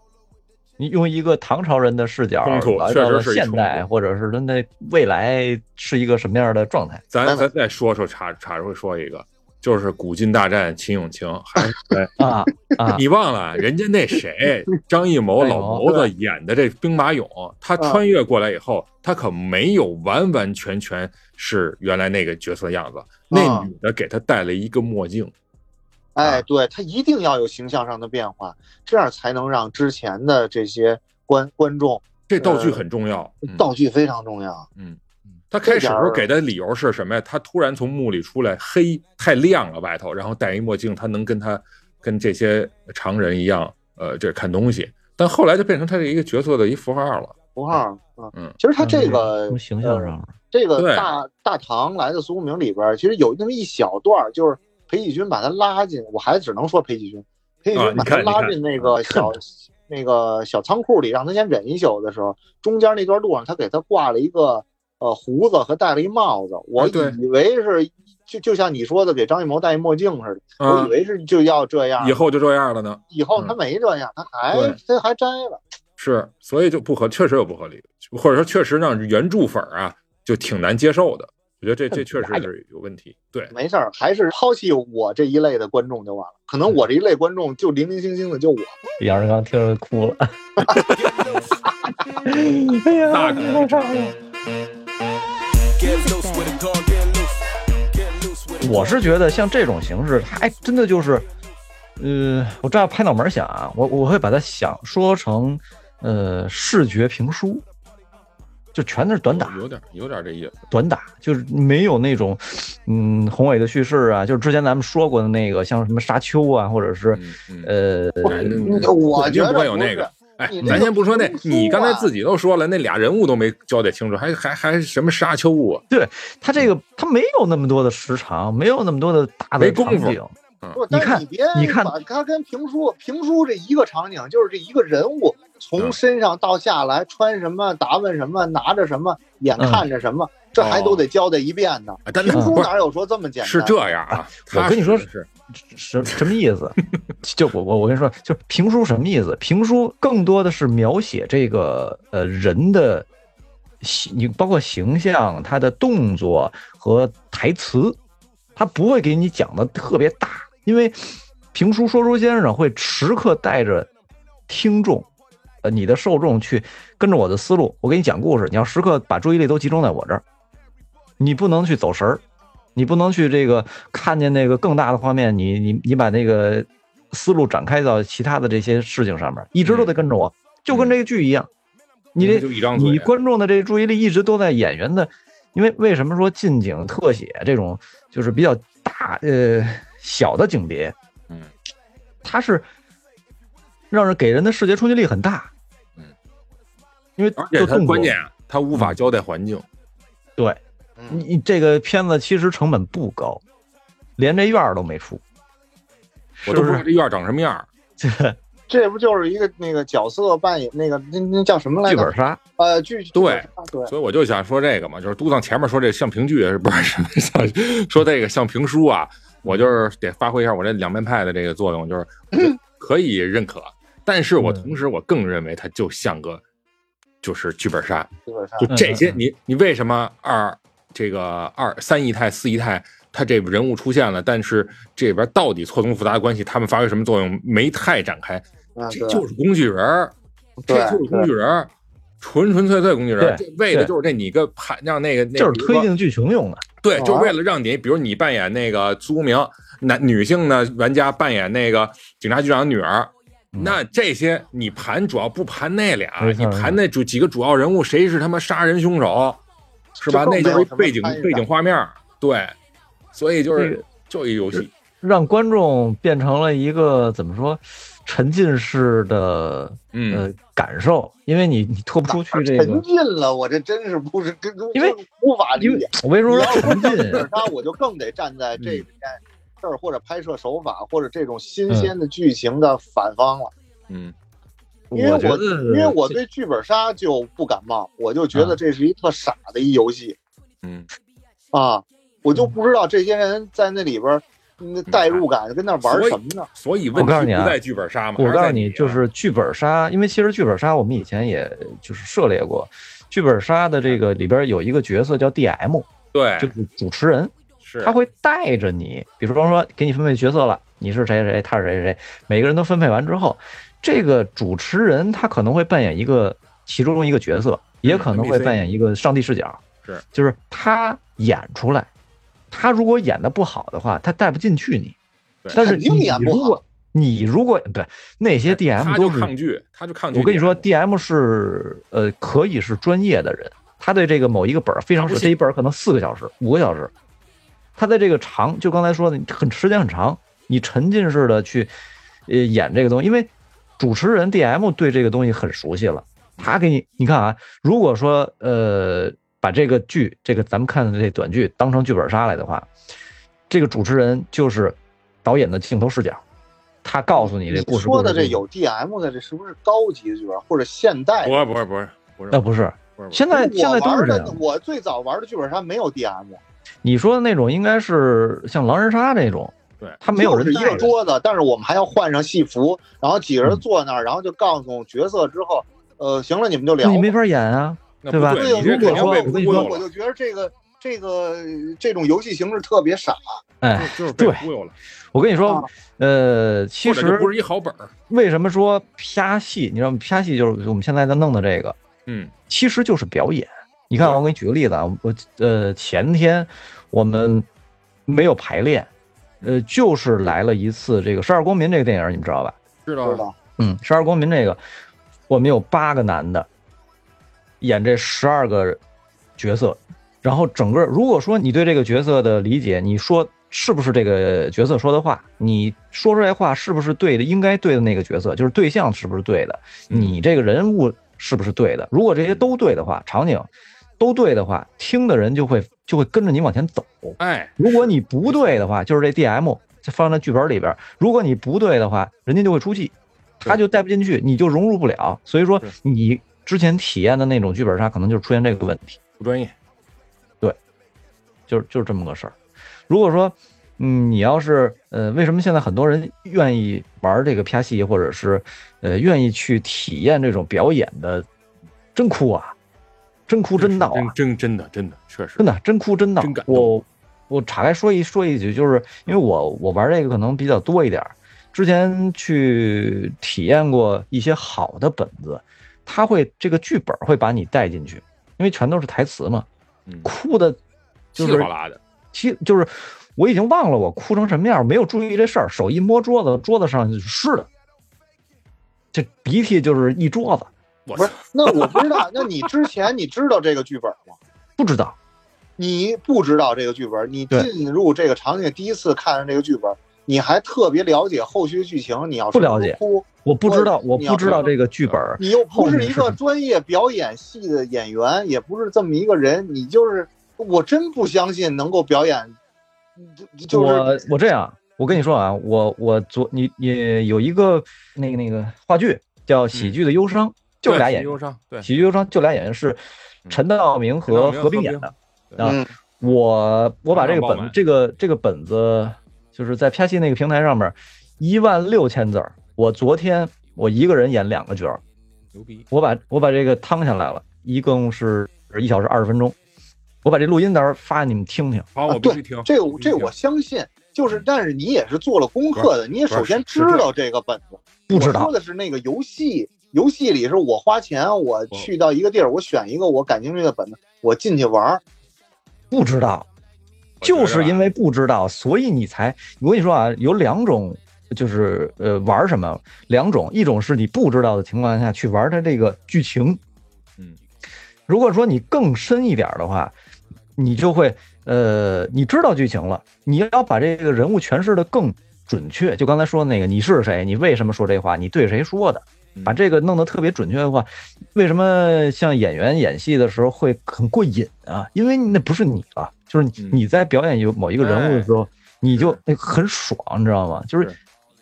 你用一个唐朝人的视角冲突来确到实了是一现冲代，突或者是他那未来是一个什么样的状态？咱咱咱再说说插插出说一个，就是古今大战秦俑情，还是啊 啊！你忘了人家那谁张艺谋张艺老谋谋子演的这兵马俑，他嗯穿越过来以后，他可没有完完全全是原来那个角色的样子，那啊女的给他戴了一个墨镜，哎，对他一定要有形象上的变化，这样才能让之前的这些观观众这道具嗯很重要。嗯道具非常重要。他开始的时候这点儿给的理由是什么呀？他突然从墓里出来，黑太亮了外头，然后戴一墨镜，他能跟他跟这些常人一样，呃，这看东西。但后来就变成他这一个角色的一符号了。符号，嗯嗯其实他这嗯个从形象上呃，这对个大大唐来的苏公明里边儿，其实有那么一小段儿，就是裴喜军把他拉进，我还只能说裴喜军，裴喜啊军你把他看你拉看进那个小那个小仓库里，让他先忍一宿的时候，中间那段路上他给他挂了一个呃胡子和戴了一帽子，我哎对以为是就就像你说的给张艺谋戴一墨镜似的，我啊以，为是就要这样以，后就这样了呢。以后他嗯没这样，他还对他还摘了，是，所以就不合，确实有不合理，或者说确实让原著粉儿啊就挺难接受的。我觉得这这确实是有问题。对，没事儿，还是抛弃我这一类的观众就完了。可能我这一类观众就零零星星的就我，杨志刚听着哭了。哎呀，大哭太棒了 Get loose with it, dog, get loose. Get loose with it. 我是觉得像这种形式，它哎真的就是，呃，我这样拍脑门儿想啊，我我会把它想说成，呃，视觉评书，就全都是短打。有点有点这意思。短打，就是没有那种，嗯，宏伟的叙事啊，就是之前咱们说过的那个，像什么沙丘啊，或者是嗯嗯，呃，咱我肯觉定得不会有不那是个。哎你，咱这先不说那个，你刚才书啊自己都说了，那俩人物都没交代清楚，还还还什么沙丘啊？它这个它没有那么多的时长，没有那么多的大没的功场夫景，不，你但是看你别你看把它跟评书，评书这一个场景就是这一个人物嗯从身上到下来穿什么、打扮什么、拿着什么、眼嗯看着什么，这还都得交代一遍呢。啊但评那书不哪有说这么简单？是这样啊？我他跟你说是什什么意思？ 就我我我跟你说，就评书什么意思？评书更多的是描写这个呃人的形，你包括形象、他的动作和台词，他不会给你讲的特别大，因为评书说书先生会时刻带着听众。呃，你的受众去跟着我的思路，我给你讲故事，你要时刻把注意力都集中在我这儿，你不能去走神儿，你不能去这个看见那个更大的画面，你你你把那个思路展开到其他的这些事情上面，一直都得跟着我，就跟这个剧一样。你这这就一张嘴你，观众的这注意力一直都在演员的，因为为什么说近景特写这种就是比较大呃小的景别，嗯，它是让人给人的视觉冲击力很大，嗯，因为而且就它动作关，键啊，它无嗯法交代环境，对嗯，你这个片子其实成本不高，连这院儿都没出，我都不是知道不这院儿长什么样儿。是这不就是一个那个角色扮演那个那那叫什么来剧着？本杀？呃，剧剧对本杀对，所以我就想说这个嘛，就是嘟囔前面说这像评剧不是 什么像说这个像评书啊，我就是得发挥一下我这两面派的这个作用，就是我觉得可以认可，但是我嗯同时我更认为它就像个就是剧本杀，剧本杀就这些嗯嗯你你为什么二这个二三姨太四姨太他这人物出现了，但是这边到底错综复杂的关系，他们发挥什么作用没太展开，嗯这对，就是工具人儿，这对就是工具人儿，纯纯粹粹工具人儿，对这为的对就是这你个盘让那个那就是比如推说进剧情用的，对，好就是玩为了让你，比如你扮演那个苏明，男女性呢玩家扮演那个警察局长的女儿。嗯那这些你盘主要不盘那俩，没你错盘那主几个主要人物，谁是他妈杀人凶手，是吧？就那更没就是一有什么背景参与背景感画面儿，对，所以就这是个就一游戏，让观众变成了一个怎么说沉浸式的嗯，呃感受，因为你你脱不出去这沉个，浸了，我这真是不是跟因为真无法理因解为。我为什你么要说是沉像剧浸？本杀，我就更得站在嗯这边事儿或者拍摄手法或者这种新鲜的剧情的反方了，嗯，因为我觉我得，因为我对剧本杀就不感冒，我就嗯觉得这是一特傻的一游戏嗯，啊，我嗯就不知道这些人在那里边儿那代入感跟那玩什么呢？所以问我题告诉你啊不在剧本杀嘛，我还告在诉你，就是剧本杀，因为其实剧本杀我们以前也就是涉猎过，剧本杀的这个里边有一个角色叫 DM，对就，是主持人，是他会带着你，比如说给你分配角色了，你是谁谁谁，他是谁谁谁，每个人都分配完之后，这个主持人他可能会扮演一个其中一个角色，嗯也可能会 NPC 扮演一个上帝视角，是，就是他演出来，他如果演的不好的话，他带不进去你对，但是肯定你演不如好果你如果对那些他 DM 就都是抗拒，他就抗拒。我跟你说，DM 是呃可以是专业的人，他对这个某一个本儿非常不熟，是这一本儿可能四个小时、五个小时，他在这个长，就刚才说的，很时间很长，你沉浸式的去呃演这个东西，因为主持人 DM 对这个东西很熟悉了，他给你你看啊，如果说呃把这个剧这个咱们看的这短剧当成剧本杀来的话，这个主持人就是导演的镜头视角。他告诉你这故事说的故事这故事有 DM 的，这是不是高级剧本或者现代？不是不是不是不是呃不不是，是不是现在现在我都是玩这的样，。我最早玩的剧本杀没有 DM，你说的那种应该是像狼人杀这种，对他没有人嗯就是一带个着，桌子，但是我们还要换上戏服，然后几个人坐那儿，然后就告诉角色之后，呃，行了，你们就聊那吧。你没法演啊。那对不吧对，你这如肯果定说被我跟忽你悠说了我就觉得这个这个这种游戏形式特别傻。哎，就就是被对忽悠了，我跟你啊说，呃，其或者就不实是一好本儿。为什么说啪戏？你知道吗？啪戏就是我们现在在弄的这个，嗯其实就是表演。你看啊，我给你举个例子啊，我呃前天我们没有排练，呃，就是来了一次这个《十二公民》这个电影，你们知道吧？，知知道道嗯，十二公民这个，我们有八个男的演这十二个角色，然后整个如果说你对这个角色的理解，你说是不是这个角色说的话，你说出来话是不是对的，应该对的那个角色，就是对象是不是对的，嗯你这个人物是不是对的？如果这些都对的话，场景都对的话，听的人就会就会跟着你往前走。哎，如果你不对的话，就是这 DM 就放在剧本里边儿，如果你不对的话，人家就会出戏，他就带不进去，你就融入不了。所以说对，你之前体验的那种剧本杀，可能就出现这个问题，不专业，就是就是这么个事儿。如果说，嗯，你要是呃，为什么现在很多人愿意玩这个啪戏，或者是呃，愿意去体验这种表演的，真哭啊，真哭真闹啊，真真真的真的确实真的真哭真闹真感。动我我岔开说一说一句，就是因为我我玩这个可能比较多一点儿，之前去体验过一些好的本子，他会这个剧本会把你带进去，因为全都是台词嘛，嗯哭的，就稀里是哗啦的，其就是我已经忘了我哭成什么样，没有注意这事儿，手一摸桌子，桌子上就是湿的，这鼻涕就是一桌子。我不是，那我不知道，那你之前你知道这个剧本吗？不知道，你不知道这个剧本，你对进入这个场景第一次看上这个剧本，你还特别了解后续的剧情，你要是不了解哭，我不知道，我你要不知道这个剧本。你又不是一后个面是专业表演系的演员，也不是这么一个人，你就是我真不相信能够表演，就就是我我这样，我跟你说啊，我我昨你你有一个那个那个话剧叫《喜剧的忧伤》，就是俩演员，忧伤，嗯对《喜剧忧伤》就俩演员是陈道明陈道和明何冰何演冰的。对啊嗯，我我把这个马上爆本满这个这个本子就是在啪西那个平台上面一万六千字儿，我昨天我一个人演两个角儿，牛逼，我把我把这个趟下来了，一共是一小时二十分钟，我把这录音到时候发你们听听。好，我必须听这个这个必须听我相信，嗯就是但是你也是做了功课的，你也首先不是知是这道这个本子，不知我道说的是那个游戏，游戏里是我花钱，哦我去到一个地儿，我选一个我感兴趣的本子，我进去玩儿。不知道，我觉得就啊是因为不知道，所以你才我跟你说啊，有两种，就是呃玩什么两种，一种是你不知道的情况下去玩它这个剧情，嗯，如果说你更深一点的话，你就会呃，你知道剧情了，你要把这个人物诠释的更准确。就刚才说的那个，你是谁？你为什么说这话？你对谁说的？嗯把这个弄得特别准确的话，为什么像演员演戏的时候会很过瘾啊？因为那不是你了，就是你嗯你在表演有某一个人物的时候，你就哎很爽，你知道吗？就是是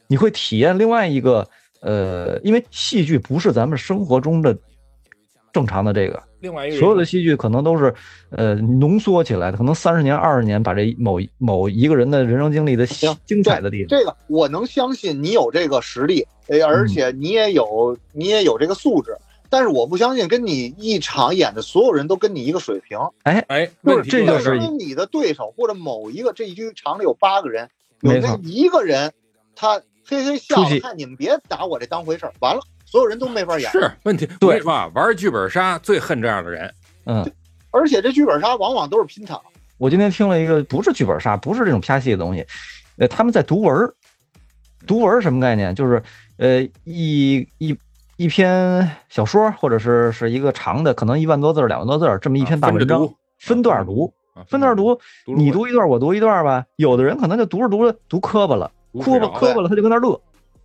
你会体验另外一个呃，因为戏剧不是咱们生活中的正常的这个，另外一个人所有的戏剧可能都是呃浓缩起来的，可能三十年、二十年把这某某一个人的人生经历的行精彩的地方，这个我能相信你有这个实力，哎，而嗯且你也有你也有这个素质，但是我不相信跟你一场演的所有人都跟你一个水平，哎，就是问题这就就是是跟你的对手或者某一个这一局场里有八个人，有没那错一个人他嘿嘿笑出了，戏看你们别拿我这当回事儿，完了所有人都没法演。是问题，我跟你说啊，玩剧本杀最恨这样的人，嗯，而且这剧本杀往往都是拼场，我今天听了一个不是剧本杀，不是这种啪戏的东西，呃，他们在读文儿，读文儿什么概念？就是呃一一一篇小说或者是是一个长的，可能一万多字儿、两万多字儿这么一篇大啊分着文章，读分段儿读，啊，分段儿读，读你书读一段，我读一段吧。有的人可能就读着读着读磕巴了，读磕不巴着磕巴了，他就跟那儿乐，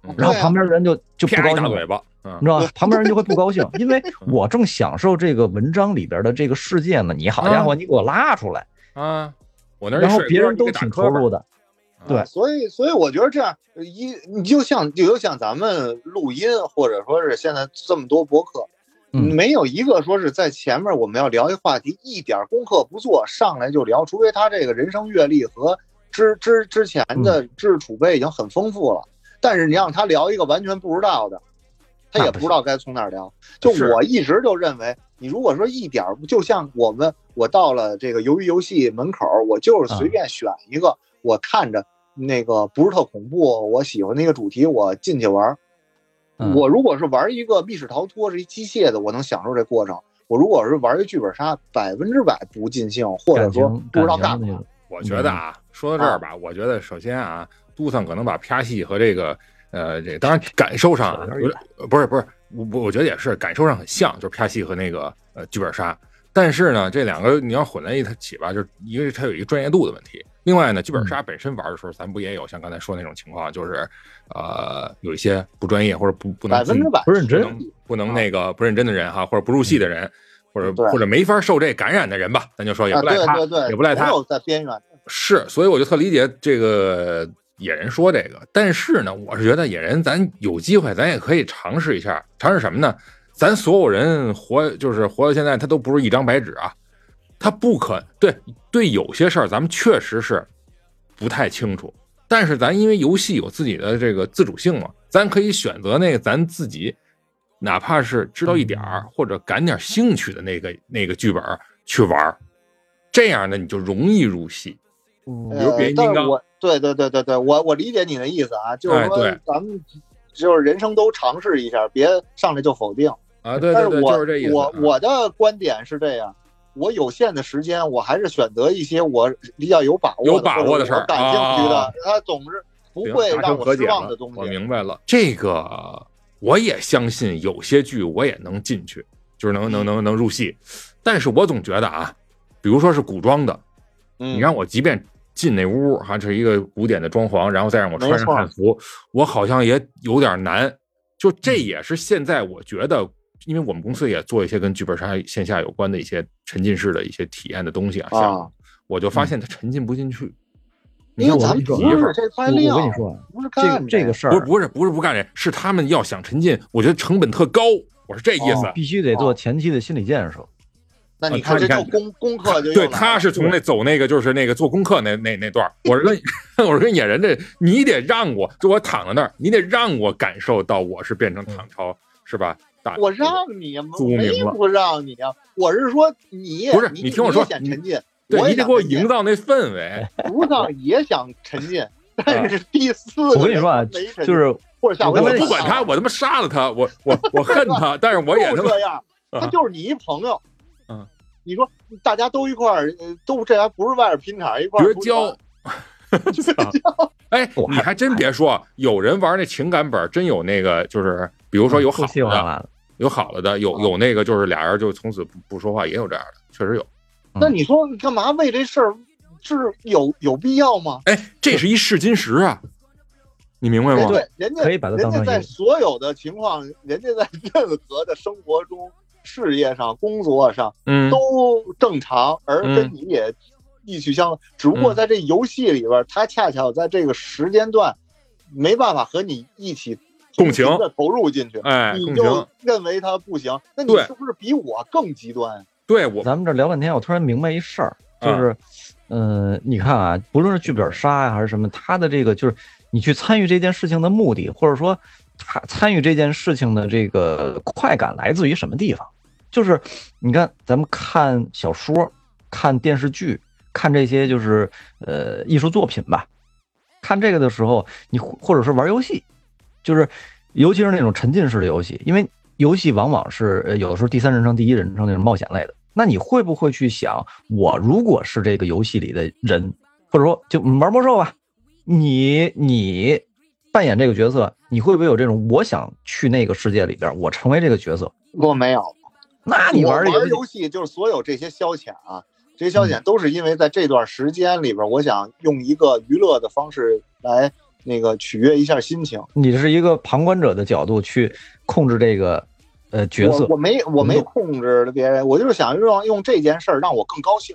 嗯然后对啊旁边的人就就不啪一高兴大了嘴。巴，嗯你，知道吧？旁边人就会不高兴，因为我正享受这个文章里边的这个世界呢。你好嗯家伙，你给我拉出来，啊，我那儿一然后帅哥别人你给都打挺磕啊投巴入的。对啊所以所以我觉得这样呃一你就像你就像咱们录音，或者说是现在这么多博客，嗯没有一个说是在前面我们要聊一话题，一点功课不做上来就聊，除非他这个人生阅历和之之之前嗯的知识储备已经很丰富了，但是你让他聊一个完全不知道的。他那也不不知道该从哪儿聊。就是我一直就认为，你如果说一点儿，就像我们我到了这个鱿鱼游戏门口，我啊就是随便选一个，我看着那个不是特恐怖，我喜欢那个主题，我进去玩儿。嗯我如果是玩一个密室逃脱，是一机械的，我能享受这过程。我如果是玩一剧本杀，百分之百不尽兴，或者感说情不感知道情干那嘛。个我觉得嗯啊，说到这儿吧，我觉得首先啊，杜桑可能把啪戏和这个呃，这当然感受上啊扯得有有点呃不是不是，我我我觉得也是感受上很像，就是啪戏和那个呃剧本杀。但是呢，这两个你要混在一起吧，就是一个是它有一个专业度的问题，另外呢，剧本杀嗯本身玩的时候，咱不也有像刚才说那种情况，就是呃有一些不专业或者不不能百分之百不认不真，能不能那个不认真的人哈，或者不入戏的人，或者啊嗯对或者没法受这感染的人吧，咱就说也啊，不赖对他对，对，也不赖他总，有在边缘。是，所以我就特理解这个野人说这个，但是呢，我是觉得野人，咱有机会，咱也可以尝试一下，尝试什么呢？咱所有人活，就是活到现在，他都不是一张白纸啊，他不可对对有些事儿，咱们确实是不太清楚，但是咱因为游戏有自己的这个自主性嘛，咱可以选择那个咱自己，哪怕是知道一点儿或者感点儿兴趣的那个那个剧本儿去玩儿，这样呢你就容易入戏。比如呃变形，金但是刚我对对对对对，我我理解你的意思啊，就是哎说对咱们就是人生都尝试一下，别上来就否定。啊，对但对对，是我就是这意思。啊我我的观点是这样，我有限的时间，我还是选择一些我比较有把握、有把握的事儿或者我感兴趣啊啊啊的，它总是不行会达成让和我解失望了的东我西。明白了，这个我也相信有些剧我也能进去，就是能嗯能能能入戏，但是我总觉得啊，比如说是古装的，嗯，你让我即便进那屋，还是一个古典的装潢，然后再让我穿上汉服，我好像也有点难。就这嗯也是现在我觉得，因为我们公司也做一些跟剧本杀线下有关的一些沉浸式的一些体验的东西啊，项目啊，我就发现它沉浸不进去。你因看为我咱们们媳不妇是儿，这块我料，我跟你说啊，不是这个哎干这个事不儿是不是不是不干这，是他们要想沉浸，我觉得成本特高，我是这意思。必须啊得做前期的心理建设。那你啊他看这你看就功功课就又对，来他了是从那走那个就是那个做功课那那那段儿，我是跟我是跟 野人这，你得让我就我躺在那儿，你得让我感受到我是变成嗯唐朝是吧？大我让你著名没了不让你啊，我是说你不是你你听我说也想沉浸，对我也你得想给我沉浸营，造那氛哎围，组长也想沉啊浸，但是第四个我跟你说啊人没沉浸就是或者下回我我也不管他，我他妈杀了他，我 我我恨他，但是我也就他妈 这样，他就是你一朋友，嗯，你说大家都一块儿，呃都这还不是外边拼场一块儿绝出去交玩。 哎我，你还真别说，有人玩那情感本，真有那个，就是比如说有好戏完的，了，有好了的，哦有有那个就是俩人就从此不不说话，也有这样的，确实有。那你说干嘛为这事儿是有有必要吗？哎，这是一试金石啊，你明白吗？人家人家可以把它人当成家一在个所有的情况，人家在任何的生活中、事业上、工作上。嗯，都正常，而跟嗯你也意趣相，只不过在这游戏里边，他恰巧在这个时间段没办法和你一起共情的投入进去，哎，你共就情。认为他不行，那你对是不是比我更极端？对我，咱们这聊半天，我突然明白一事儿，就啊是，嗯，你看啊，不论是剧本杀呀还是什么，他的这个就是你去参与这件事情的目的，或者说他参与这件事情的这个快感来自于什么地方？就是你看，咱们看小说、看电视剧、看这些就是呃艺术作品吧，看这个的时候，你或或者是玩游戏，就是尤其是那种沉浸式的游戏，因为游戏往往是呃有的时候第三人称、第一人称那种冒险类的。那你会不会去想，我如果是这个游戏里的人，或者说就嗯玩魔兽吧，你你扮演这个角色，你会不会有这种我想去那个世界里边，我成为这个角色？我没有，那你我玩玩这游戏游戏就是所有这些消遣啊，这些嗯消遣都是因为在这段时间里边，我想用一个娱乐的方式来那个取悦一下心情。你是一个旁观者的角度去控制这个呃角色我我没我没嗯控制别人，我就是想用用这件事儿让我更高兴。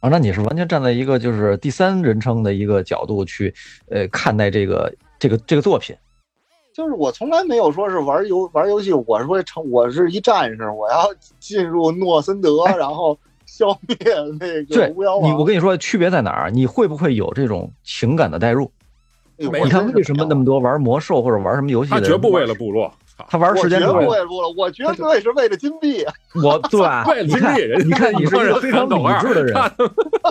啊，那你是完全站在一个就是第三人称的一个角度去呃看待这个这个这个作品。就是我从来没有说是玩游玩游戏，我是会成，我是一战士，我要进入诺森德，然后消灭那个哎对巫妖你，王。我跟你说区别在哪儿？啊你会不会有这种情感的代入？哎呦没我你看真是为什么那么多玩魔兽或者玩什么游戏的他人，绝不为了部落，操？他玩我时绝间不长了，为了我绝对是为了金币。啊 我对吧为了你经看历，人家你看你是一个非常懂理二智的人他，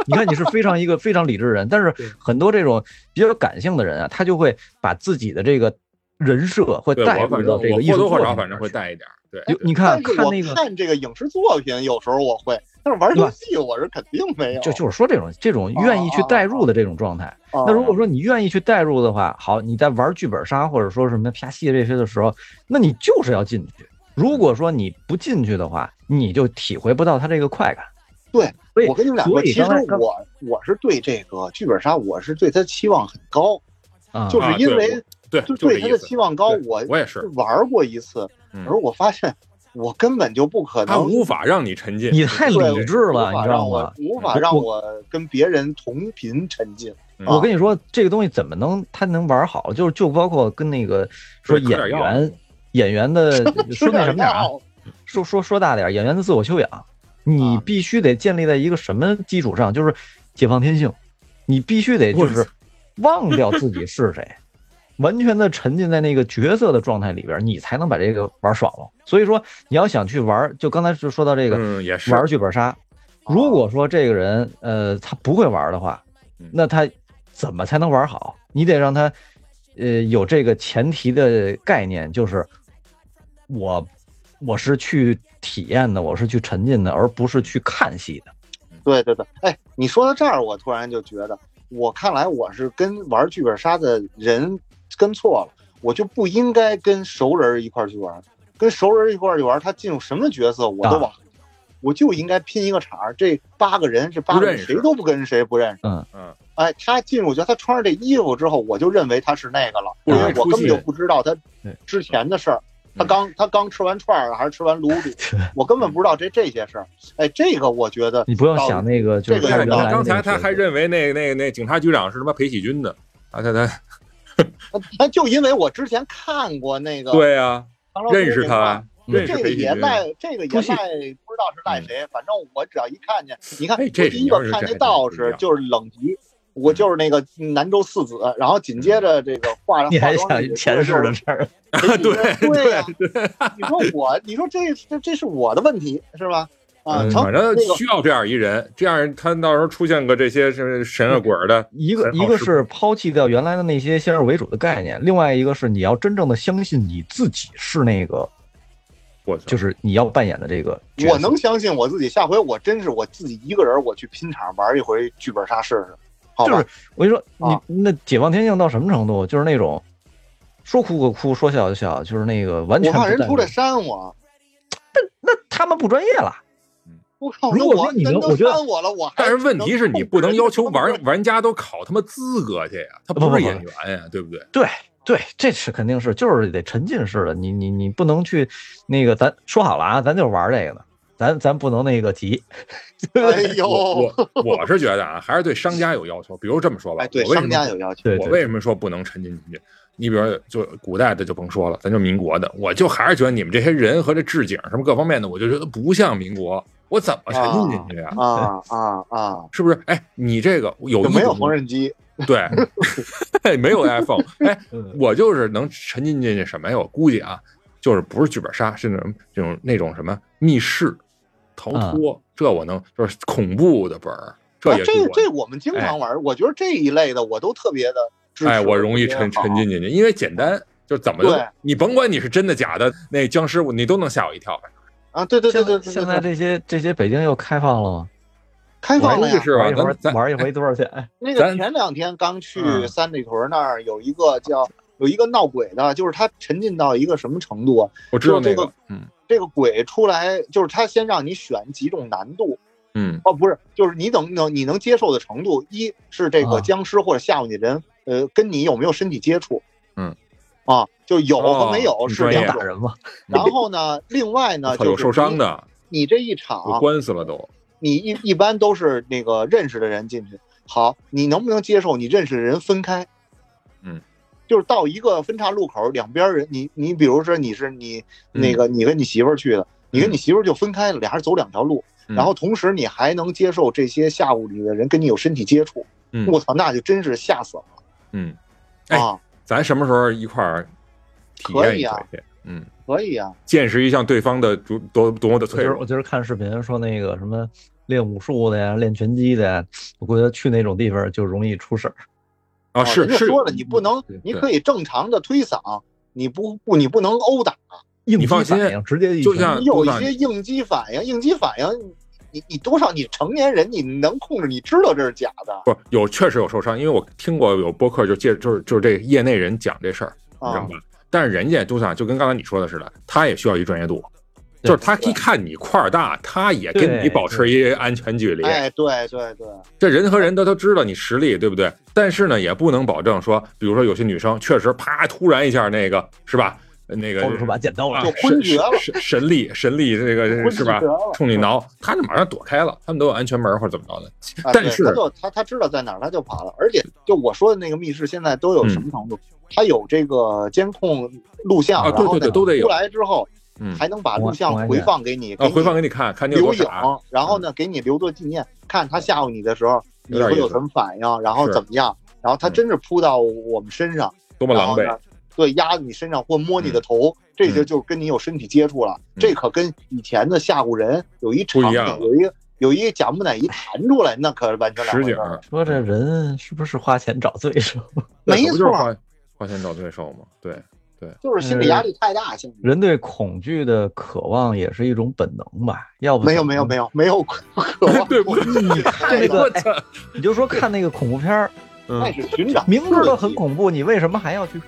你看你是非常一个非常理智的人，但是很多这种比较感性的人啊，他就会把自己的这个人设会对带我入反到正这我个艺或术多作或少品里反正会面带一点儿，你对，你 看但是看我那个，看这个影视作品，有时候我会，但是玩游戏我是肯定没有。哦就就是说这种这种愿意去代入的这种状态。啊那如果说你愿意去代入的话，好，你在玩剧本杀或者说什么啪戏这些的时候，那你就是要进去。如果说你不进去的话，你就体会不到它这个快感。对，所以我跟你们俩说，所其以实刚才刚我我是对这个剧本杀，我是对它期望很高，啊，就是啊因对为对，就就这对它意的思期。望高，对我我也是，玩过一次，嗯而我发现我根本就不可他能无法让你沉浸。你太对理智了，无你法知让道我吗？无法让我跟别人同频沉浸。嗯我跟你说，这个东西怎么能他能玩好？就是就包括跟那个 说吃点演药员演员的说那什么点儿啊，药说说说大点儿，演员的自我修养，你啊必须得建立在一个什么基础上？就是解放天性，你必须得就我是忘掉自己是谁， 完全的沉浸在那个角色的状态里边儿，你才能把这个玩爽了。所以说，你要想去玩儿，就刚才就说到这个，嗯，也是哦玩剧本杀。如果说这个人呃他不会玩的话嗯，那他怎么才能玩好？你得让他呃有这个前提的概念，就是我我是去体验的，我是去沉浸的，而不是去看戏的。对对对，哎，你说到这儿，我突然就觉得，我看来我是跟玩剧本杀的人跟错了。我就不应该跟熟人一块儿去玩儿，跟熟人一块儿去玩儿，他进入什么角色啊我都往，我就应该拼一个场儿。这八个人，这八个不认人识谁都不跟谁不认识。嗯嗯。哎，他进入角，他穿上这衣服之后，我就认为他是那个了，不因容易为我啊出根本戏就不知道他对之前的事儿。他嗯刚他刚吃完串儿还是吃完卤煮， 我根本不知道这这些事儿。哎，这个我觉得你不要想那个，就是这个他是原道来理的刚才那个他还谁认为那那那警察局长是他妈裴喜军的啊，他他哎，就因为我之前看过那个，对啊，唐朝认识那块儿他，啊认识这个裴喜也军。赖这个也出赖，不戏知道是赖谁，反正我只要一看见，你看嗯哎我这第一个你要是看这见还道真不一士样嗯就是冷极，我就是那个南州四子，然后紧接着这个化 你还化妆想女前世的事 儿？就是对对呀，你说我，你说这这这是我的问题是吧？啊，嗯成反正那个需要这样一人，这样他到时候出现个这些是神啊鬼儿的，一个很好一个使是抛弃掉原来的那些先入为主的概念，另外一个是你要真正的相信你自己是那个，我操，就是你要扮演的这个角色。我能相信我自己，下回我真是我自己一个人，我去拼场玩一回剧本杀试试，好就吧是？我跟你啊说，你那解放天性到什么程度？就是那种说哭就哭，说笑就笑，就是那个完我全怕不人在乎出来。扇我，那他们不专业了。 我靠！如那果我说你能人我都觉得扇我了，我还但是问题是你不能要求玩能玩家都考他妈资格去呀，他不是不不演员呀，对不对？对对，这是肯定是，就是得沉浸式的。你你你不能去那个，咱说好了啊，咱就玩这个的，咱咱不能那个急，对不哎对？ 我呦，我我是觉得啊，还是对商家有要求。比如这么说吧，哎，对，我为什商么家不有要求，啊对我对为什么说不能沉浸进去？你比如说就古代的就甭说了，咱就民国的，我就还是觉得你们这些人和这置景什么各方面的，我就觉得不像民国，我怎么沉浸进去呀、啊 啊啊！是不是？哎，你这个有一就没有种缝纫机？对， 没有 iPhone，哎，嗯我就是能沉浸进去什么呀？我估计啊，就是不是剧本杀，是那种这种那种什么密室、逃啊脱，这我能就是恐怖的本儿，这啊也是这我这我们经常玩，我觉得这一类的我都特别的支持。哎，我容易特别沉好沉。浸进去，因为简单，就怎么都对你甭管你是真的假的，那僵尸我你都能吓我一跳。啊！对对对现对对对在现在对，这些这些北京又开放了吗？开放了就呀！是吧玩一，会儿咱咱玩一回多少钱？哎那个咱前两天刚去嗯三里屯那儿有一个叫有一个闹鬼的，就是他沉浸到一个什么程度啊？我知道那就这个个，嗯这个鬼出来就是他先让你选几种难度，嗯哦，不是，就是你能能你能接受的程度，一是这个啊僵尸或者吓唬你的人，呃，跟你有没有身体接触，嗯，啊，就有和没有哦是专业两打种。人嘛，然后呢，另外呢，操就是有受伤的，你，你这啊一有场，官司了都。你一一般都是那个认识的人进去，好，你能不能接受你认识的人分开？嗯。就是到一个分岔路口，两边人，你你比如说你是你嗯那个你跟你媳妇儿去的，你跟嗯你媳妇儿就分开了，俩人走两条路，嗯然后同时你还能接受这些下午里的人跟你有身体接触，嗯我操，那就真是吓死了嗯，哎啊！咱什么时候一块儿体验一下可啊去？嗯，可以啊，见识一下对方的多多多么的我脆今儿弱我。今儿看视频说那个什么练武术的呀，练拳击的呀，我估计去那种地方就容易出事儿。啊，是人家是，说了，你不能对，你对可以正常的推搡，你不不你不能殴打，应你激放反心应直接一就拳像你有啊殴一打些应激反应，应激反应，你你多少你成年人你能控制，你知道这是假的不有确实有受伤，因为我听过有播客就介就是就是这业内人讲这事儿，你知道啊吧？但是人家就像就跟刚才你说的似的，他也需要一专业度，对就是他一看你块儿大，他也跟你对保持一个安全距离。哎，对对对，这人和人他都知道你实力，对不对？但是呢，也不能保证说，比如说有些女生确实啪突然一下那个是吧？那个掏出把剪刀啊来就，神昏厥了神神力神力这个昏是吧厥？了冲你挠，他就马上躲开了，他们都有安全门或者怎么着的。啊但对是他就他他知道在哪儿，他就跑了。而且就我说的那个密室，现在都有什么程度？它有这个监控录嗯像，啊对然后对对呢都得有出来之后，嗯还能把公录安像公安回院放给你，啊，给你回放给你看看你有留多影傻。，然后呢给你留作纪念，看他吓唬你的时候嗯有你点会意有思什么反应，然后是嗯怎么样？然后他真是扑到我们身上，多么然狼后狈呢，，对，压你身上或摸你的头，这就就跟你有身体接触了。嗯这可跟以前的吓唬人有一场不一景样了有一个有一贾木乃伊弹出来，那可完全两实回景事儿。 说这人是不是花钱找罪受？ 那没可不就是错花花钱找罪受吗？对， 就是心理压力太大，现在人对恐惧的渴望也是一种本能吧？要不没有没有没有，有没有 渴望，对不 你看那个，哎你就说看那个恐怖片儿，嗯那是寻找明知道很恐。恐怖，你为什么还要去看？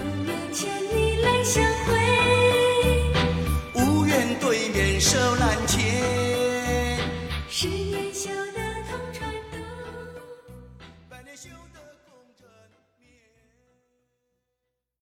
五年前你来相会，